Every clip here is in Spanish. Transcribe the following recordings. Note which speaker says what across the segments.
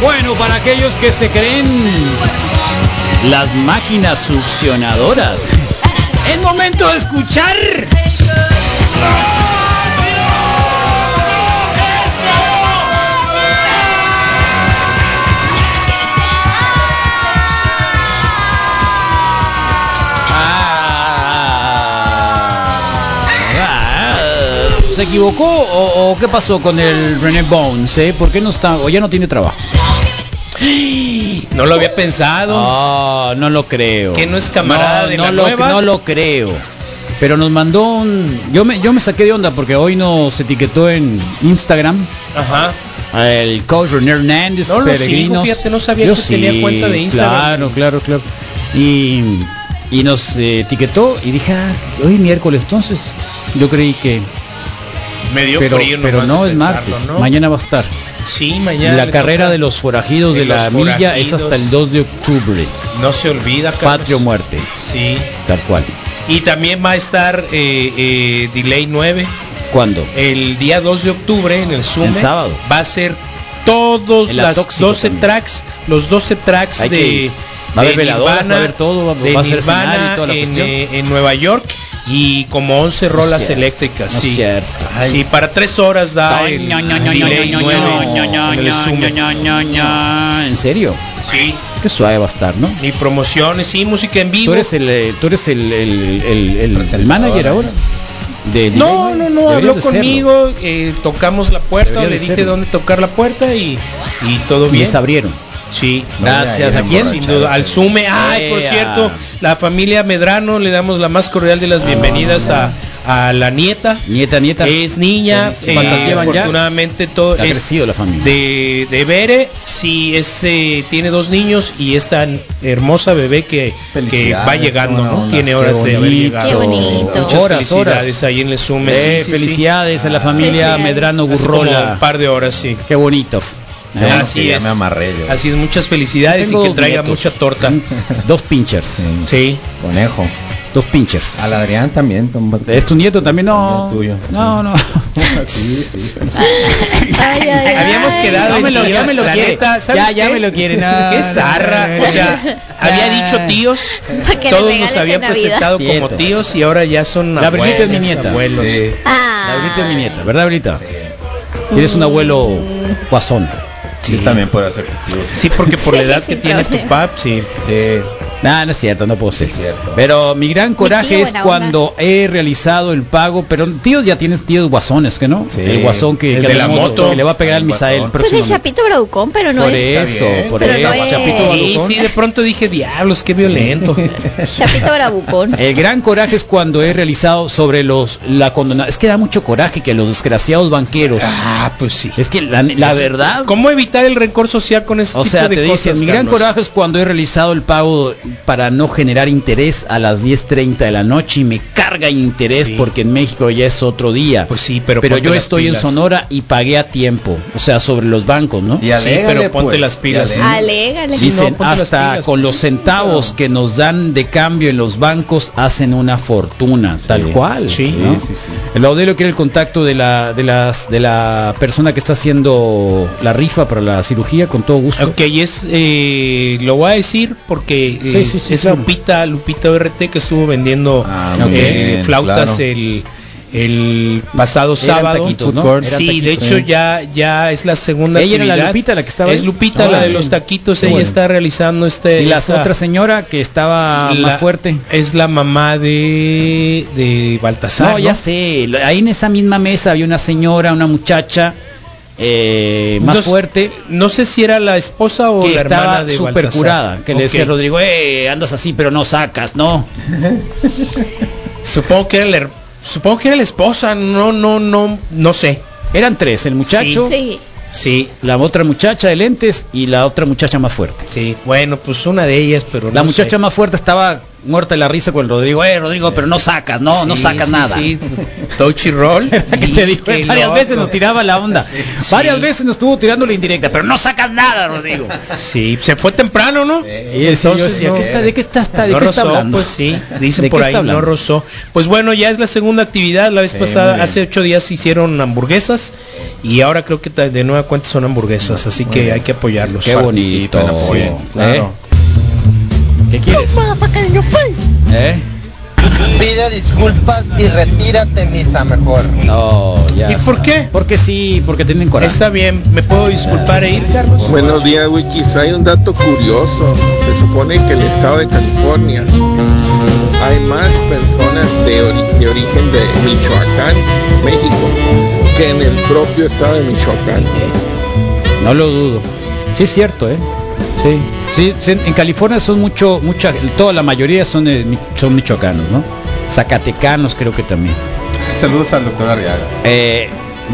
Speaker 1: bueno para aquellos que se creen las máquinas succionadoras. Es momento de escuchar. Ah, ¿Se equivocó o, o qué pasó con el René Bones? eh? ¿Por qué no está o ya no tiene trabajo?
Speaker 2: No lo había pensado.
Speaker 1: No, Ah, no lo creo.
Speaker 2: Que no es camarada de
Speaker 1: no
Speaker 2: la
Speaker 1: lo,
Speaker 2: nueva.
Speaker 1: No lo creo. Pero nos mandó un... Yo me, yo me saqué de onda porque hoy nos etiquetó en Instagram
Speaker 2: Ajá.
Speaker 1: el coach René Hernández
Speaker 2: No lo sigo,
Speaker 1: Peregrinos.
Speaker 2: fíjate, no sabía
Speaker 1: Yo
Speaker 2: que tenía
Speaker 1: sí,
Speaker 2: cuenta de Instagram.
Speaker 1: Claro, claro, claro. Y, y nos eh, etiquetó y dije, ah, hoy es miércoles, entonces yo creí que...
Speaker 2: Me dio
Speaker 1: Pero,
Speaker 2: frío
Speaker 1: pero
Speaker 2: nomás
Speaker 1: no,
Speaker 2: de
Speaker 1: es
Speaker 2: pensarlo,
Speaker 1: martes,
Speaker 2: ¿no?
Speaker 1: mañana va a estar.
Speaker 2: Sí, mañana.
Speaker 1: la
Speaker 2: le
Speaker 1: carrera
Speaker 2: toca.
Speaker 1: de los forajidos de
Speaker 2: De
Speaker 1: la
Speaker 2: los
Speaker 1: milla es hasta el
Speaker 2: forajidos.
Speaker 1: 2 de octubre.
Speaker 2: No se olvida, Carlos.
Speaker 1: Patria o muerte,
Speaker 2: Sí.
Speaker 1: tal cual.
Speaker 2: Y también va a estar eh, eh, Delay 9
Speaker 1: ¿Cuándo?
Speaker 2: el día 2 de octubre en el Zoom.
Speaker 1: El sábado.
Speaker 2: Va a ser todos
Speaker 1: El
Speaker 2: las
Speaker 1: Atóxico
Speaker 2: 12
Speaker 1: también.
Speaker 2: tracks, los 12 tracks
Speaker 1: Hay que
Speaker 2: de
Speaker 1: ir. Va a
Speaker 2: de
Speaker 1: haber veladoras, va
Speaker 2: Nirvana,
Speaker 1: a haber todo, va-
Speaker 2: de
Speaker 1: va a ser
Speaker 2: Nirvana
Speaker 1: escenario y toda la
Speaker 2: en,
Speaker 1: cuestión.
Speaker 2: eh, en Nueva York y como 11 rolas
Speaker 1: cierto,
Speaker 2: eléctricas,
Speaker 1: no es
Speaker 2: sí.
Speaker 1: cierto. Ay.
Speaker 2: Sí, para 3 horas da el Delay 9 en el Zoom.
Speaker 1: En serio,
Speaker 2: Sí,
Speaker 1: qué suave va a estar, ¿no?
Speaker 2: y promociones, sí, música en
Speaker 1: Tú
Speaker 2: vivo.
Speaker 1: eres el, eh, tú eres el, el, el, el- el manager ahora. de DJ
Speaker 2: No,
Speaker 1: Boy.
Speaker 2: no, no,
Speaker 1: Deberías
Speaker 2: habló
Speaker 1: de serlo.
Speaker 2: conmigo, eh, tocamos la puerta,
Speaker 1: Deberías
Speaker 2: le
Speaker 1: de
Speaker 2: dije
Speaker 1: serlo.
Speaker 2: dónde tocar la puerta y, y todo bien.
Speaker 1: Les abrieron.
Speaker 2: Sí,
Speaker 1: Gracias, ¿a quién?
Speaker 2: Sin duda, al Sume. Ay, por
Speaker 1: Ea.
Speaker 2: cierto, la familia Medrano le damos la más cordial de
Speaker 1: Ah,
Speaker 2: las bienvenidas a, a la nieta.
Speaker 1: Nieta, nieta.
Speaker 2: Es niña,
Speaker 1: Buenísimo. ¿Cuántos
Speaker 2: eh,
Speaker 1: llevan ya?
Speaker 2: afortunadamente todo
Speaker 1: Ha
Speaker 2: es
Speaker 1: crecido la familia.
Speaker 2: de, de Bere, sí, es, eh, tiene dos niños y es tan hermosa bebé que, que
Speaker 3: Felicidades,
Speaker 2: va llegando,
Speaker 3: qué buena
Speaker 2: ¿no?
Speaker 3: onda.
Speaker 2: Tiene
Speaker 3: Qué
Speaker 2: horas de haber
Speaker 1: bonito.
Speaker 2: llegado.
Speaker 4: Qué bonito.
Speaker 2: Muchas
Speaker 1: Horas,
Speaker 2: felicidades
Speaker 1: horas.
Speaker 2: ahí en el Sume.
Speaker 1: Eh,
Speaker 2: sí, Ah, sí, sí.
Speaker 1: felicidades a la familia
Speaker 4: Felicidades.
Speaker 1: Medrano
Speaker 2: Hace como
Speaker 1: Gurrola.
Speaker 2: un par de horas, sí.
Speaker 1: Qué bonito.
Speaker 3: Ya,
Speaker 1: Eh,
Speaker 3: no,
Speaker 2: así
Speaker 3: que ya
Speaker 2: es.
Speaker 3: me amarré yo. Mm.
Speaker 2: Así es, muchas felicidades y
Speaker 1: tengo
Speaker 2: que
Speaker 1: dos
Speaker 2: traiga
Speaker 1: nietos.
Speaker 2: mucha torta.
Speaker 1: Dos pinchers.
Speaker 2: Sí. Ah.
Speaker 3: Conejo.
Speaker 1: Dos pinchers.
Speaker 3: Al Adrián también. toma-
Speaker 1: ¿Es tu nieto también? No.
Speaker 3: También tuyo,
Speaker 1: no,
Speaker 3: sí.
Speaker 1: no.
Speaker 2: Ah.
Speaker 3: Sí, sí.
Speaker 4: Ay, ay, ay.
Speaker 2: Habíamos quedado
Speaker 1: ya
Speaker 2: en
Speaker 1: me lo- ya
Speaker 2: tíos,
Speaker 1: me lo
Speaker 2: la
Speaker 1: quiere.
Speaker 2: neta, ¿sabes
Speaker 1: Ya, ya
Speaker 2: qué?
Speaker 1: me lo quiere, no,
Speaker 2: Qué
Speaker 1: no,
Speaker 2: zarra.
Speaker 1: no, no,
Speaker 2: o
Speaker 1: no.
Speaker 2: sea, había dicho tíos,
Speaker 4: Pa' que le
Speaker 2: todos nos
Speaker 4: regales
Speaker 2: habían
Speaker 4: en Navidad.
Speaker 2: presentado como
Speaker 1: Cierto.
Speaker 2: tíos y ahora ya son
Speaker 1: La Brigita es mi
Speaker 2: abuelos,
Speaker 1: nieta.
Speaker 2: abuelos.
Speaker 3: Sí.
Speaker 4: Ah.
Speaker 1: La Brita es mi nieta, ¿verdad, Brita? Eres un abuelo guasón.
Speaker 3: Sí, también puedo ser tu tío.
Speaker 2: Sí, porque por la edad que
Speaker 4: sin
Speaker 2: tiene tu
Speaker 4: problema.
Speaker 2: pap, sí.
Speaker 3: Sí.
Speaker 1: Nah, no es cierto, no puedo ser.
Speaker 3: Es cierto.
Speaker 1: Pero mi gran coraje
Speaker 4: tío
Speaker 1: es
Speaker 4: buena
Speaker 1: cuando he realizado el pago, pero tíos ya tienes tíos guasones, ¿que no?
Speaker 3: Sí.
Speaker 1: El guasón que,
Speaker 3: El
Speaker 1: que
Speaker 3: de
Speaker 1: le-
Speaker 3: la moto.
Speaker 1: que le va a pegar al
Speaker 3: El
Speaker 1: Misael
Speaker 3: guasón.
Speaker 4: Pues de
Speaker 1: próximamente.
Speaker 4: Chapito Bravucón, pero no
Speaker 1: por
Speaker 4: es
Speaker 1: eso,
Speaker 3: Está bien.
Speaker 1: por
Speaker 4: Pero
Speaker 1: eso.
Speaker 4: no es-
Speaker 1: Chapito
Speaker 2: Sí,
Speaker 1: Balucón.
Speaker 2: sí, de pronto dije, diablos, qué violento.
Speaker 4: Chapito Bravucón.
Speaker 1: El gran coraje es cuando he realizado sobre los la condona. Es que da mucho coraje que los desgraciados banqueros.
Speaker 2: ah, pues sí.
Speaker 1: Es que la, la verdad.
Speaker 2: ¿Cómo evitar el rencor social con ese
Speaker 1: O sea,
Speaker 2: Este tipo de
Speaker 1: te
Speaker 2: cosas?
Speaker 1: dicen, mi gran
Speaker 2: Carlos?
Speaker 1: coraje es cuando he realizado el pago para no generar interés a las 10.30 de la noche y me carga interés
Speaker 2: Sí.
Speaker 1: porque en México ya es otro día.
Speaker 2: Pues sí, pero ponte
Speaker 1: yo
Speaker 2: las
Speaker 1: estoy
Speaker 2: pilas.
Speaker 1: en Sonora y pagué a tiempo. O sea, sobre los bancos, ¿no?
Speaker 3: Y
Speaker 2: Sí,
Speaker 3: alégale,
Speaker 2: pero ponte
Speaker 3: pues,
Speaker 2: las pilas.
Speaker 3: y alégale.
Speaker 4: Alégale.
Speaker 2: Sí,
Speaker 1: Dicen,
Speaker 2: no, ponte las
Speaker 1: hasta
Speaker 2: pilas,
Speaker 1: con los centavos que nos dan de cambio en los bancos hacen una fortuna, tal cual.
Speaker 2: Sí.
Speaker 1: ¿no?
Speaker 3: Sí, sí, sí.
Speaker 1: El Laudelio quiere el contacto de la, de, las, de la persona que está haciendo la rifa para la cirugía, con todo gusto.
Speaker 2: Ok, y es, eh, lo voy a decir porque eh,
Speaker 1: Sí, sí, sí,
Speaker 2: es
Speaker 1: claro.
Speaker 2: Lupita, Lupita RT que estuvo vendiendo
Speaker 3: Ah, muy
Speaker 2: eh,
Speaker 3: bien,
Speaker 2: flautas
Speaker 3: claro.
Speaker 2: el, el pasado
Speaker 1: Eran
Speaker 2: sábado.
Speaker 1: taquitos, ¿no?
Speaker 2: Food court.
Speaker 1: Eran
Speaker 2: Sí, de
Speaker 1: taquitos.
Speaker 2: hecho ya ya es la segunda.
Speaker 1: Ella era la
Speaker 2: actividad.
Speaker 1: Lupita la que estaba
Speaker 2: Es
Speaker 1: ahí.
Speaker 2: Lupita
Speaker 1: Ah,
Speaker 2: la de
Speaker 1: bien.
Speaker 2: los taquitos.
Speaker 1: Qué
Speaker 2: Ella
Speaker 1: bueno.
Speaker 2: está realizando este.
Speaker 1: Y las
Speaker 2: esta-
Speaker 1: otra señora que estaba
Speaker 2: la-
Speaker 1: más fuerte.
Speaker 2: Es la mamá de de Baltasar.
Speaker 1: No, ya sé. la- Ahí en esa misma mesa había una señora, una muchacha eh, más
Speaker 2: No sé-
Speaker 1: fuerte
Speaker 2: No sé si era la esposa o
Speaker 1: que
Speaker 2: la hermana
Speaker 1: estaba
Speaker 2: de
Speaker 1: súper
Speaker 2: Baltasar.
Speaker 1: curada. Que le decía a
Speaker 2: Ok.
Speaker 1: Rodrigo, eh, andas así, pero no sacas, no.
Speaker 2: Supongo que era la, her- supongo que era la esposa, no, no, no, no sé.
Speaker 1: Eran tres, el muchacho,
Speaker 4: Sí.
Speaker 2: Sí,
Speaker 1: la otra muchacha de lentes y la otra muchacha más fuerte.
Speaker 2: sí. Bueno, pues una de ellas, pero
Speaker 1: La
Speaker 2: no
Speaker 1: muchacha
Speaker 2: sé.
Speaker 1: más fuerte estaba muerta de la risa con el Rodrigo, eh, Rodrigo, pero no sacas, no, no
Speaker 2: Sí,
Speaker 1: sacas
Speaker 2: sí,
Speaker 1: nada.
Speaker 2: Sí, touch y roll.
Speaker 1: Que te dijo,
Speaker 2: Qué
Speaker 1: varias
Speaker 2: loco.
Speaker 1: veces nos tiraba la onda. Varias veces nos estuvo tirando la indirecta, pero no sacas nada, Rodrigo.
Speaker 2: Sí, se fue temprano, ¿no?
Speaker 1: Y el señor
Speaker 2: Entonces,
Speaker 1: decía,
Speaker 2: no.
Speaker 1: ¿qué está, ¿de qué está, está- de
Speaker 2: no
Speaker 1: qué está
Speaker 2: rozó,
Speaker 1: hablando?
Speaker 2: pues sí, dicen
Speaker 1: ¿De
Speaker 2: por
Speaker 1: qué
Speaker 2: ahí,
Speaker 1: está
Speaker 2: no
Speaker 1: hablando?
Speaker 2: rozó. Pues bueno, ya es la segunda actividad, la vez
Speaker 3: Sí, muy
Speaker 2: pasada,
Speaker 3: bien.
Speaker 2: hace ocho días se hicieron hamburguesas Y ahora creo que ta- de nueva cuenta son hamburguesas, así
Speaker 3: Muy
Speaker 2: que
Speaker 3: bien.
Speaker 2: hay que apoyarlos.
Speaker 1: Qué bonito. ¿Eh?
Speaker 3: Participen, apoyen,
Speaker 1: Sí,
Speaker 3: claro.
Speaker 1: ¿Qué quieres? ¿Eh?
Speaker 5: Pide disculpas y retírate, misa, mejor.
Speaker 1: No, ya.
Speaker 2: ¿Y por qué?
Speaker 1: ¿Eh? Porque sí, porque tienen coraje.
Speaker 2: Está bien, ¿me puedo disculpar e ir, Carlos?
Speaker 6: Buenos días, Wikis. Hay un dato curioso. Se supone que el estado de California hay más personas de, ori- de origen de Michoacán, México, que en el propio estado de Michoacán.
Speaker 1: No lo dudo. Sí es cierto, ¿eh? Sí. Sí, sí, en California son mucho, mucha, toda la mayoría son, eh, mi- son michoacanos, ¿no? Zacatecanos creo que también.
Speaker 3: Saludos al doctor Arriaga.
Speaker 1: Eh,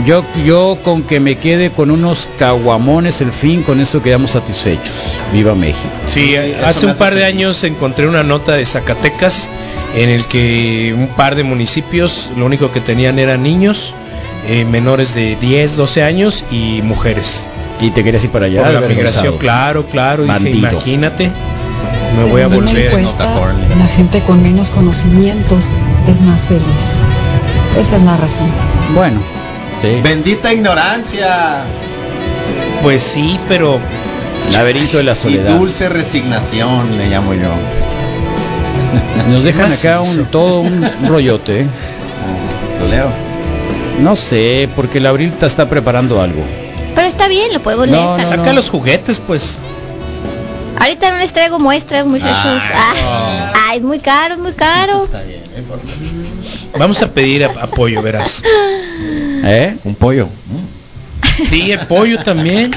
Speaker 1: yo, yo con que me quede con unos caguamones el fin, con eso quedamos satisfechos. Viva México.
Speaker 2: Sí, hace
Speaker 3: me
Speaker 2: un
Speaker 3: hace
Speaker 2: par de
Speaker 3: feliz.
Speaker 2: años encontré una nota de Zacatecas en el que un par de municipios lo único que tenían eran niños eh, menores de 10, 12 años y mujeres.
Speaker 1: Y te querías ir para allá.
Speaker 2: Por la
Speaker 1: avergonzado.
Speaker 2: migración, claro, claro, dije,
Speaker 1: Bandido.
Speaker 2: imagínate, me voy a
Speaker 7: Según una
Speaker 2: volver.
Speaker 7: encuesta,
Speaker 3: nota Corley.
Speaker 7: la gente con menos conocimientos es más feliz. Esa es la razón.
Speaker 1: Bueno. Sí.
Speaker 3: Bendita ignorancia
Speaker 2: Pues sí, pero
Speaker 1: Laberinto de la
Speaker 3: y
Speaker 1: soledad.
Speaker 3: dulce resignación le llamo yo.
Speaker 1: Nos dejan
Speaker 2: Más
Speaker 1: acá
Speaker 2: hizo.
Speaker 1: un, todo un rollote. ¿eh?
Speaker 3: Lo leo.
Speaker 1: No sé, porque la Brilta está preparando algo.
Speaker 4: Pero está bien, lo podemos
Speaker 1: No,
Speaker 4: leer.
Speaker 2: saca
Speaker 1: no.
Speaker 2: los juguetes, pues.
Speaker 4: Ahorita no les traigo muestras, muchachos. Ah, Ay, es muy caro, es muy caro.
Speaker 2: Vamos a pedir a- apoyo, verás.
Speaker 1: ¿Eh?
Speaker 3: Un pollo.
Speaker 2: Sí, el pollo también.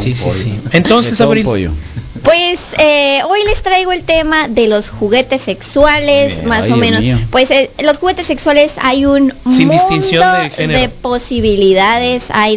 Speaker 2: Sí, sí, sí. Entonces,
Speaker 1: Todo un
Speaker 2: Abril,
Speaker 1: pollo.
Speaker 4: Pues eh, hoy les traigo el tema de los juguetes sexuales,
Speaker 1: Bien,
Speaker 4: más
Speaker 1: ay,
Speaker 4: o
Speaker 1: Dios
Speaker 4: menos.
Speaker 1: mío.
Speaker 4: Pues eh, los juguetes sexuales hay un
Speaker 2: Sin
Speaker 4: mundo
Speaker 2: distinción de género.
Speaker 4: posibilidades, hay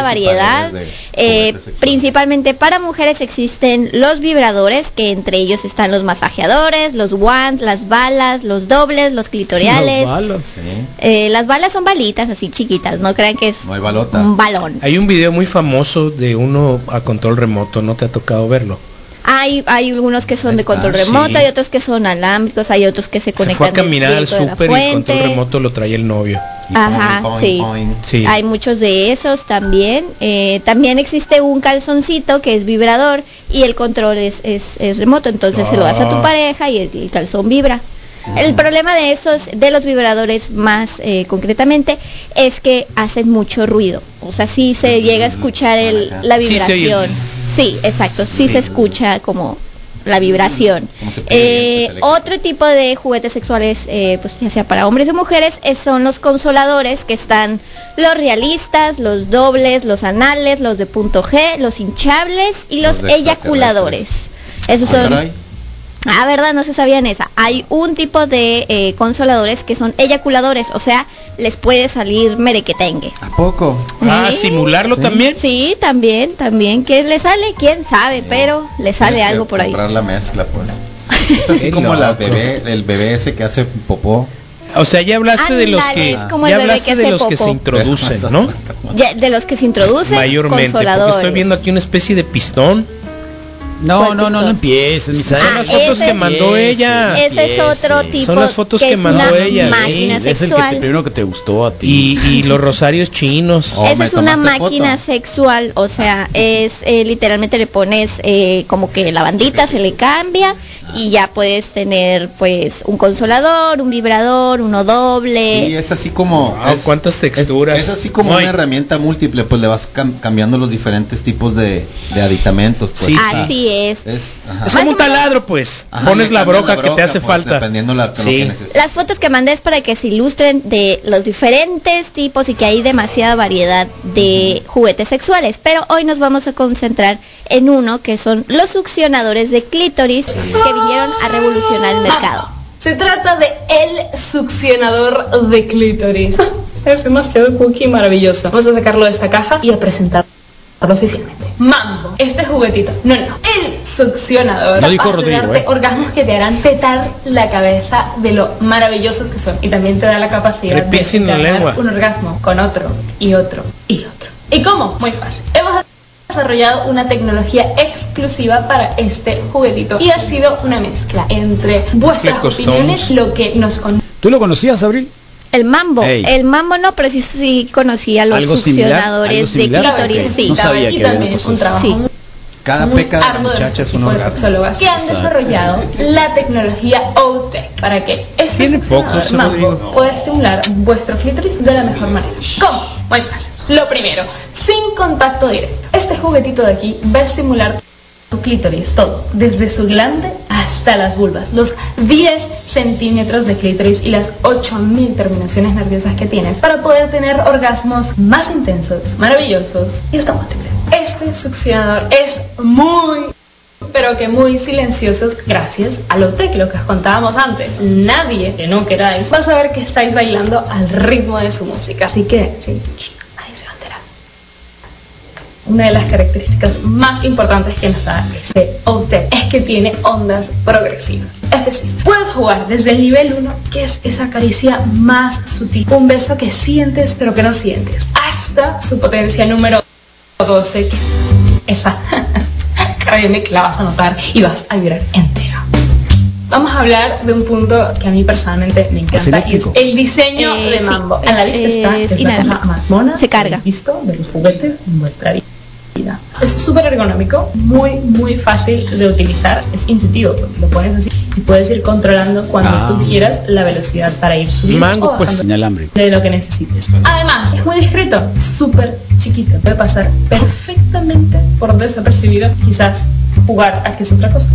Speaker 3: Paredes y
Speaker 4: variedad.
Speaker 3: paredes de
Speaker 4: Eh,
Speaker 3: juguetes sexuales.
Speaker 4: principalmente para mujeres existen los vibradores, que entre ellos están los masajeadores, los wands, las balas, los dobles, los clitoriales.
Speaker 3: Sí.
Speaker 4: Eh, las balas son balitas así chiquitas, no crean que es
Speaker 3: No hay balota.
Speaker 4: un balón.
Speaker 2: hay un video muy famoso de uno a control remoto, ¿no te ha tocado verlo?
Speaker 4: Hay, hay algunos que son
Speaker 3: Ahí
Speaker 4: de
Speaker 3: está,
Speaker 4: control
Speaker 2: sí.
Speaker 4: remoto, hay otros que son alámbricos, hay otros que se
Speaker 2: Se
Speaker 4: conectan.
Speaker 2: fue a caminar al
Speaker 4: directo de la
Speaker 2: súper y el control
Speaker 4: fuente.
Speaker 2: remoto lo traía el novio.
Speaker 3: Y
Speaker 4: Ajá,
Speaker 3: poing, poing,
Speaker 4: sí.
Speaker 3: poing.
Speaker 2: Sí.
Speaker 4: Hay muchos de esos también. Eh, también existe un calzoncito que es vibrador y el control es, es, es remoto, entonces se lo das a tu
Speaker 2: Ah.
Speaker 4: pareja y el, el calzón vibra. El problema de esos, de los vibradores más eh, concretamente, es que hacen mucho ruido. O sea, sí se llega a escuchar el, la
Speaker 2: Sí se oye
Speaker 4: vibración.
Speaker 2: el-
Speaker 4: Sí, exacto, sí
Speaker 2: Sí.
Speaker 4: se escucha como la vibración.
Speaker 3: Como Mm, se pega bien,
Speaker 4: Eh,
Speaker 3: pues, eléctrico.
Speaker 4: otro tipo de juguetes sexuales, eh, pues ya sea para hombres o mujeres, eh, son los consoladores que están los realistas, los dobles, los anales, los de punto G, los hinchables y
Speaker 3: Los
Speaker 4: los,
Speaker 3: de
Speaker 4: eyaculadores. Esos
Speaker 3: Ah,
Speaker 4: son...
Speaker 3: caray.
Speaker 4: Ah, verdad, no se sabían esa. Hay un tipo de eh, consoladores que son eyaculadores, o sea, les puede salir merequetengue.
Speaker 3: ¿A poco?
Speaker 2: Ah,
Speaker 4: Sí.
Speaker 2: simularlo también.
Speaker 4: Sí, también, también. ¿Qué le sale? ¿Quién sabe? Pero le sale
Speaker 3: Tienes que
Speaker 4: algo por ahí.
Speaker 3: Comprar la mezcla, pues. Es así
Speaker 2: Qué
Speaker 3: como la
Speaker 2: loco.
Speaker 3: bebé, el bebé ese que hace popó.
Speaker 2: O sea, ya hablaste de los
Speaker 4: Ándale,
Speaker 2: que
Speaker 4: es como el
Speaker 2: ya
Speaker 4: bebé
Speaker 2: hablaste
Speaker 4: que
Speaker 2: de
Speaker 4: hace
Speaker 2: los que se
Speaker 4: popó.
Speaker 2: introducen, ¿no?
Speaker 4: Ya, de los que se introducen,
Speaker 2: Mayormente, porque
Speaker 4: consoladores.
Speaker 2: estoy viendo aquí una especie de pistón.
Speaker 1: No,
Speaker 4: ¿Cuál
Speaker 1: no, no,
Speaker 4: pistón?
Speaker 1: no empieces. Misael.
Speaker 4: Ah,
Speaker 2: Son las fotos
Speaker 4: ese-
Speaker 2: que mandó
Speaker 1: Ese,
Speaker 2: ella.
Speaker 4: Ese es otro
Speaker 1: Son
Speaker 4: tipo
Speaker 2: las fotos que
Speaker 4: es
Speaker 2: mandó
Speaker 4: una
Speaker 2: ella,
Speaker 4: máquina
Speaker 1: Sí, es el que
Speaker 4: sexual.
Speaker 1: te- primero que te gustó a ti.
Speaker 2: Y, y los rosarios chinos.
Speaker 3: Oh,
Speaker 4: Esa
Speaker 3: me
Speaker 4: es una
Speaker 3: tomaste
Speaker 4: máquina
Speaker 3: foto.
Speaker 4: sexual, o sea, es eh, literalmente le pones eh, como que la bandita se le cambia y ya puedes tener pues un consolador, un vibrador, uno doble.
Speaker 3: Sí, es así como.
Speaker 2: Wow,
Speaker 3: es,
Speaker 2: Oh, cuántas
Speaker 3: es-
Speaker 2: texturas.
Speaker 3: Es, así como
Speaker 2: Ay.
Speaker 3: una herramienta múltiple, pues le vas cam- cambiando los diferentes tipos de, de aditamentos. Pues.
Speaker 2: Sí,
Speaker 3: Ah,
Speaker 4: Así es.
Speaker 3: Es, ajá.
Speaker 2: Es
Speaker 4: Más
Speaker 2: como un
Speaker 4: o menos.
Speaker 2: taladro, pues.
Speaker 3: Ajá,
Speaker 2: Pones
Speaker 3: le
Speaker 2: la
Speaker 3: cambias
Speaker 2: broca, que te hace
Speaker 3: pues,
Speaker 2: falta.
Speaker 3: Dependiendo la, lo
Speaker 2: Sí.
Speaker 3: que necesites.
Speaker 4: Las fotos que mandé es para que se ilustren de los diferentes tipos y que hay demasiada variedad de juguetes sexuales, pero hoy nos vamos a concentrar en uno que son los succionadores de clítoris que vinieron a revolucionar el mercado.
Speaker 8: Se trata de el succionador de clítoris. Es demasiado cookie y maravilloso. Vamos a sacarlo de esta caja y a presentarlo oficialmente. Mambo, este juguetito. No, no. El succionador.
Speaker 1: No dijo
Speaker 8: Capaz de
Speaker 1: Rodrigo,
Speaker 8: darte
Speaker 1: ¿eh?
Speaker 8: orgasmos que te harán petar la cabeza de lo maravillosos que son. Y también te da la capacidad
Speaker 2: Le
Speaker 8: de
Speaker 2: piercing la
Speaker 8: intercalar
Speaker 2: lengua.
Speaker 8: un orgasmo con otro y otro y otro. ¿Y cómo? Muy fácil. Hemos desarrollado una tecnología exclusiva para este juguetito y ha sido una mezcla entre vuestras
Speaker 2: Flecos
Speaker 8: opiniones,
Speaker 2: Tones.
Speaker 8: lo que nos contaron
Speaker 1: ¿Tú lo conocías, Abril?
Speaker 4: El mambo.
Speaker 1: Ey.
Speaker 4: El mambo no, pero sí, sí conocía los
Speaker 1: ¿Algo similar? ¿Algo
Speaker 4: succionadores
Speaker 1: similar?
Speaker 4: de clítoris.
Speaker 1: Ok.
Speaker 4: Sí.
Speaker 1: No sabía
Speaker 8: y
Speaker 1: que había
Speaker 8: también
Speaker 1: una cosa
Speaker 8: un
Speaker 1: así.
Speaker 8: trabajo
Speaker 4: Sí.
Speaker 8: muy
Speaker 3: Cada
Speaker 8: muy
Speaker 3: peca de la
Speaker 8: arduo de
Speaker 3: muchacha es
Speaker 8: este
Speaker 3: un
Speaker 8: tipo de
Speaker 3: orgasmo.
Speaker 8: sexólogas que han
Speaker 1: Exacto.
Speaker 8: desarrollado la tecnología OTEC para que este
Speaker 1: Tiene
Speaker 8: succionador
Speaker 1: poco, se lo
Speaker 8: mambo
Speaker 1: digo.
Speaker 8: pueda estimular vuestro clítoris de la mejor manera. ¿Cómo? Muy fácil. Lo primero, sin contacto directo. Este juguetito de aquí va a estimular tu clítoris, todo, desde su glande hasta las vulvas, los 10 centímetros de clítoris y las 8000 terminaciones nerviosas que tienes para poder tener orgasmos más intensos, maravillosos y hasta múltiples. Este succionador es muy pero que muy silenciosos gracias a lo tec, lo que os contábamos antes. Nadie que no queráis va a saber que estáis bailando al ritmo de su música. Así que, sí, nadie se va a enterar. Una de las características más importantes que nos da este OTEC es que tiene ondas progresivas. Es decir, puedes jugar desde el nivel 1, que es esa caricia más sutil, un beso que sientes pero que no sientes, hasta su potencia número 12, que es esa carne que la vas a notar y vas a vibrar entera. Vamos a hablar de un punto que a mí personalmente me
Speaker 1: ¿Así
Speaker 8: encanta, que es
Speaker 1: México?
Speaker 8: el diseño
Speaker 4: Eh,
Speaker 8: de
Speaker 4: sí,
Speaker 8: Mambo. a la vista
Speaker 4: es-
Speaker 8: está
Speaker 4: es
Speaker 8: es la cosa
Speaker 4: inalámbrico.
Speaker 8: más mona
Speaker 4: Se
Speaker 8: que
Speaker 4: carga.
Speaker 8: he visto de los juguetes en vuestra vida. Es súper ergonómico, muy, muy fácil de utilizar, es intuitivo, porque lo pones así y puedes ir controlando cuando
Speaker 1: Ah.
Speaker 8: tú quieras la velocidad para ir subiendo
Speaker 1: Mango
Speaker 8: o
Speaker 1: pues
Speaker 8: bajando
Speaker 1: inalámbrico.
Speaker 8: de lo que necesites. Además, es muy discreto, súper chiquito, puede pasar perfectamente por desapercibido, quizás jugar a que es otra cosa.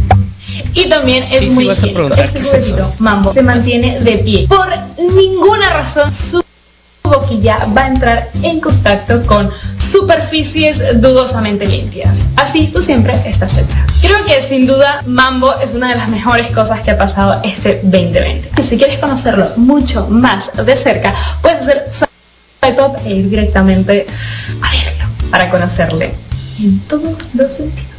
Speaker 8: Y también es
Speaker 2: Sí, sí,
Speaker 8: muy
Speaker 2: vas a
Speaker 8: higiénico.
Speaker 2: preguntar
Speaker 8: Este
Speaker 2: qué es eso.
Speaker 8: juguetito, mambo se mantiene de pie. Por ninguna razón su boquilla va a entrar en contacto con superficies dudosamente limpias. Así tú siempre estás cerca. Creo que sin duda Mambo es una de las mejores cosas que ha pasado este 2020. Y si quieres conocerlo mucho más de cerca, puedes hacer swipe up e ir directamente a verlo para conocerle en todos los sentidos.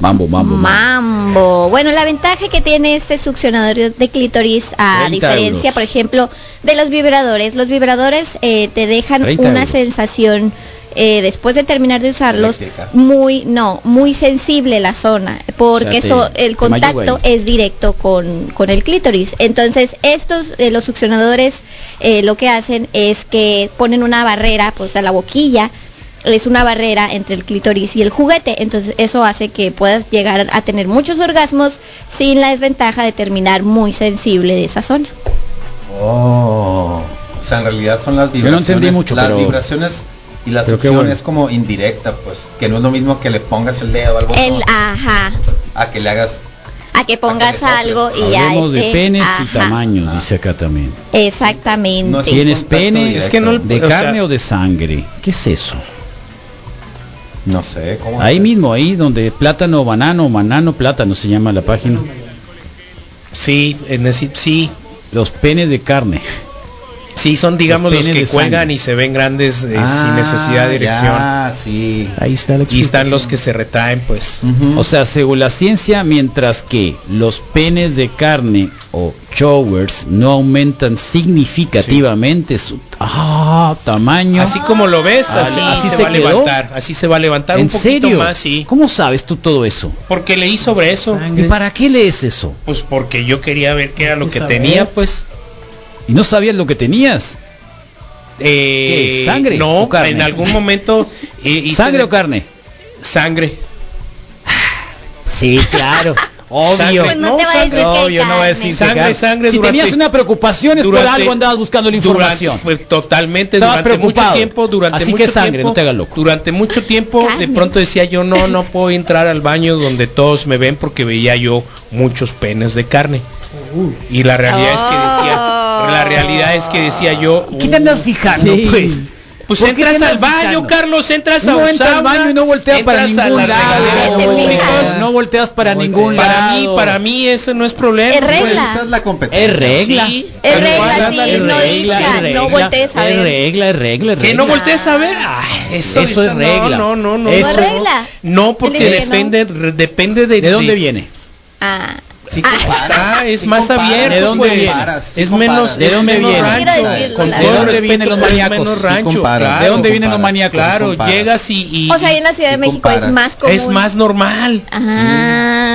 Speaker 1: Mambo, mambo. mambo.
Speaker 4: Mambo. Bueno, la ventaja que tiene este succionador de clítoris, a
Speaker 1: 30
Speaker 4: diferencia,
Speaker 1: euros.
Speaker 4: por ejemplo, de los vibradores, los vibradores eh, te dejan
Speaker 1: 30
Speaker 4: una
Speaker 1: euros.
Speaker 4: sensación eh, después de terminar de usarlos
Speaker 3: Eléctrica.
Speaker 4: muy, no, muy sensible la zona, porque
Speaker 1: O sea, te-
Speaker 4: eso, el
Speaker 1: te mayuga
Speaker 4: contacto
Speaker 1: ahí.
Speaker 4: es directo con, con el clítoris. Entonces, estos, eh, los succionadores, eh, lo que hacen es que ponen una barrera, pues a la boquilla, es una barrera entre el clítoris y el juguete, entonces eso hace que puedas llegar a tener muchos orgasmos sin la desventaja de terminar muy sensible de esa zona.
Speaker 3: Oh. O sea, en realidad son las
Speaker 1: Yo no
Speaker 3: vibraciones.
Speaker 1: entendí mucho,
Speaker 3: las
Speaker 1: pero-
Speaker 3: vibraciones y la
Speaker 1: pero qué
Speaker 3: succión
Speaker 1: bueno.
Speaker 3: es como indirecta, pues. Que no es lo mismo que le pongas el dedo al botón
Speaker 4: El, ajá,
Speaker 3: a que le hagas.
Speaker 4: a que pongas
Speaker 3: soples.
Speaker 4: algo y ya
Speaker 1: Hablemos de
Speaker 4: esté,
Speaker 1: penes y
Speaker 4: ajá,
Speaker 1: tamaños, dice acá también.
Speaker 4: Exactamente.
Speaker 3: No es un
Speaker 1: ¿Tienes
Speaker 3: contacto
Speaker 1: pene?
Speaker 3: directo.
Speaker 2: Es que no-
Speaker 1: ¿De
Speaker 2: O sea-
Speaker 1: carne o de sangre? ¿Qué es eso?
Speaker 3: No sé, ¿cómo?
Speaker 1: Ahí mismo, ahí donde plátano, banano, banano, plátano se llama la página.
Speaker 2: Sí, en ese- sí,
Speaker 1: Los penes de carne.
Speaker 2: sí, son digamos
Speaker 1: Los
Speaker 2: los,
Speaker 1: penes
Speaker 2: que
Speaker 1: de
Speaker 2: cuelgan
Speaker 1: sangre.
Speaker 2: y se ven grandes eh,
Speaker 3: Ah,
Speaker 2: sin necesidad de dirección.
Speaker 3: ya, sí.
Speaker 1: Ahí está la
Speaker 2: Y están los que se retaen, pues.
Speaker 3: Ujú.
Speaker 1: O sea, según la ciencia, mientras que los penes de carne o showers no aumentan significativamente su ah, tamaño.
Speaker 2: Así como lo ves,
Speaker 1: Ah,
Speaker 2: así,
Speaker 1: ¿así
Speaker 2: se,
Speaker 1: se
Speaker 2: va a
Speaker 1: quedó?
Speaker 2: levantar, así se va a levantar
Speaker 1: ¿En
Speaker 2: un poquito
Speaker 1: serio?
Speaker 2: más, sí.
Speaker 1: ¿Cómo sabes tú todo eso?
Speaker 2: Porque leí sobre eso.
Speaker 1: ¿Y para qué lees eso?
Speaker 2: Pues porque yo quería ver qué era lo que tenía, pues.
Speaker 1: Y no sabías lo que tenías.
Speaker 2: Eh,
Speaker 1: ¿Qué es, sangre
Speaker 2: No,
Speaker 1: o carne?
Speaker 2: en algún momento. eh, hice-
Speaker 1: ¿Sangre o carne?
Speaker 2: Sangre.
Speaker 1: Sí, claro.
Speaker 2: Obvio.
Speaker 4: Pues no, te va a decir
Speaker 2: no,
Speaker 4: que hay
Speaker 2: yo no voy a
Speaker 4: carne.
Speaker 2: decir Sangre, sangre
Speaker 1: si
Speaker 2: durante-
Speaker 1: tenías una preocupación es por
Speaker 2: durante-
Speaker 1: algo andabas buscando la información.
Speaker 2: Durante- pues, totalmente,
Speaker 1: Estabas
Speaker 2: durante mucho
Speaker 1: preocupado.
Speaker 2: tiempo, durante
Speaker 1: Así
Speaker 2: mucho
Speaker 1: que sangre,
Speaker 2: tiempo,
Speaker 1: no te hagas loco.
Speaker 2: Durante mucho tiempo,
Speaker 4: Carne.
Speaker 2: de pronto decía yo, no, no puedo entrar al baño donde todos me ven porque veía yo muchos penes de carne. Y la realidad es que
Speaker 4: Oh.
Speaker 2: decía, la realidad es que decía yo,
Speaker 1: ¿Y ¿Qué te andas fijando,
Speaker 2: Sí.
Speaker 1: pues?
Speaker 2: Pues
Speaker 1: ¿Por qué
Speaker 2: entras
Speaker 1: te
Speaker 2: al
Speaker 1: andas
Speaker 2: baño,
Speaker 1: fijando?
Speaker 2: Carlos, entras a
Speaker 1: No
Speaker 2: un
Speaker 1: entras al
Speaker 2: sauna,
Speaker 1: baño y no volteas para
Speaker 2: entras a
Speaker 1: ningún
Speaker 2: la regadera
Speaker 1: lado.
Speaker 2: de
Speaker 4: no
Speaker 1: No
Speaker 2: públicos.
Speaker 4: volteas.
Speaker 1: volteas, no volteas para ningún
Speaker 2: Para mí,
Speaker 1: lado.
Speaker 2: para mí eso no es problema.
Speaker 4: Es regla.
Speaker 3: Esta Pues, es la competencia.
Speaker 1: Es regla.
Speaker 2: Sí,
Speaker 4: Es
Speaker 2: tal cual,
Speaker 4: regla,
Speaker 2: ándale.
Speaker 4: sí, no
Speaker 1: regla,
Speaker 4: dicha,
Speaker 1: es
Speaker 4: no
Speaker 1: regla,
Speaker 4: voltees a
Speaker 1: es
Speaker 4: ver.
Speaker 1: regla, es regla, es
Speaker 2: Que
Speaker 1: regla.
Speaker 2: no voltees a ver. Ay, eso,
Speaker 1: Eso es
Speaker 2: no,
Speaker 1: regla.
Speaker 2: No, no, no.
Speaker 1: Eso-
Speaker 4: ¿No es regla?
Speaker 2: No, porque
Speaker 4: Dile que no.
Speaker 2: depende, re- depende de.
Speaker 1: ¿De dónde viene?
Speaker 4: Ah,
Speaker 3: Sí comparas,
Speaker 2: Ah, es
Speaker 3: sí
Speaker 2: más
Speaker 3: comparas,
Speaker 2: abierto.
Speaker 1: ¿De dónde
Speaker 2: pues.
Speaker 1: viene?
Speaker 3: comparas, sí
Speaker 2: es menos.
Speaker 3: comparas.
Speaker 1: ¿De dónde
Speaker 2: menos
Speaker 1: viene?
Speaker 2: rancho.
Speaker 4: Quiero decirlo,
Speaker 2: Con
Speaker 4: la
Speaker 1: ¿De
Speaker 2: todo
Speaker 4: verdad.
Speaker 1: dónde
Speaker 2: respeto,
Speaker 1: vienen los
Speaker 2: es
Speaker 1: maníacos?
Speaker 2: menos
Speaker 1: Sí
Speaker 2: rancho,
Speaker 3: comparas.
Speaker 2: claro.
Speaker 1: ¿De dónde
Speaker 3: sí
Speaker 1: vienen los
Speaker 3: comparas,
Speaker 1: maníacos?
Speaker 2: Claro,
Speaker 3: comparas.
Speaker 2: llegas y, y-
Speaker 4: o sea, ahí en la Ciudad
Speaker 3: Si
Speaker 4: de México es
Speaker 3: comparas,
Speaker 4: más común.
Speaker 2: es más normal.
Speaker 4: Ah.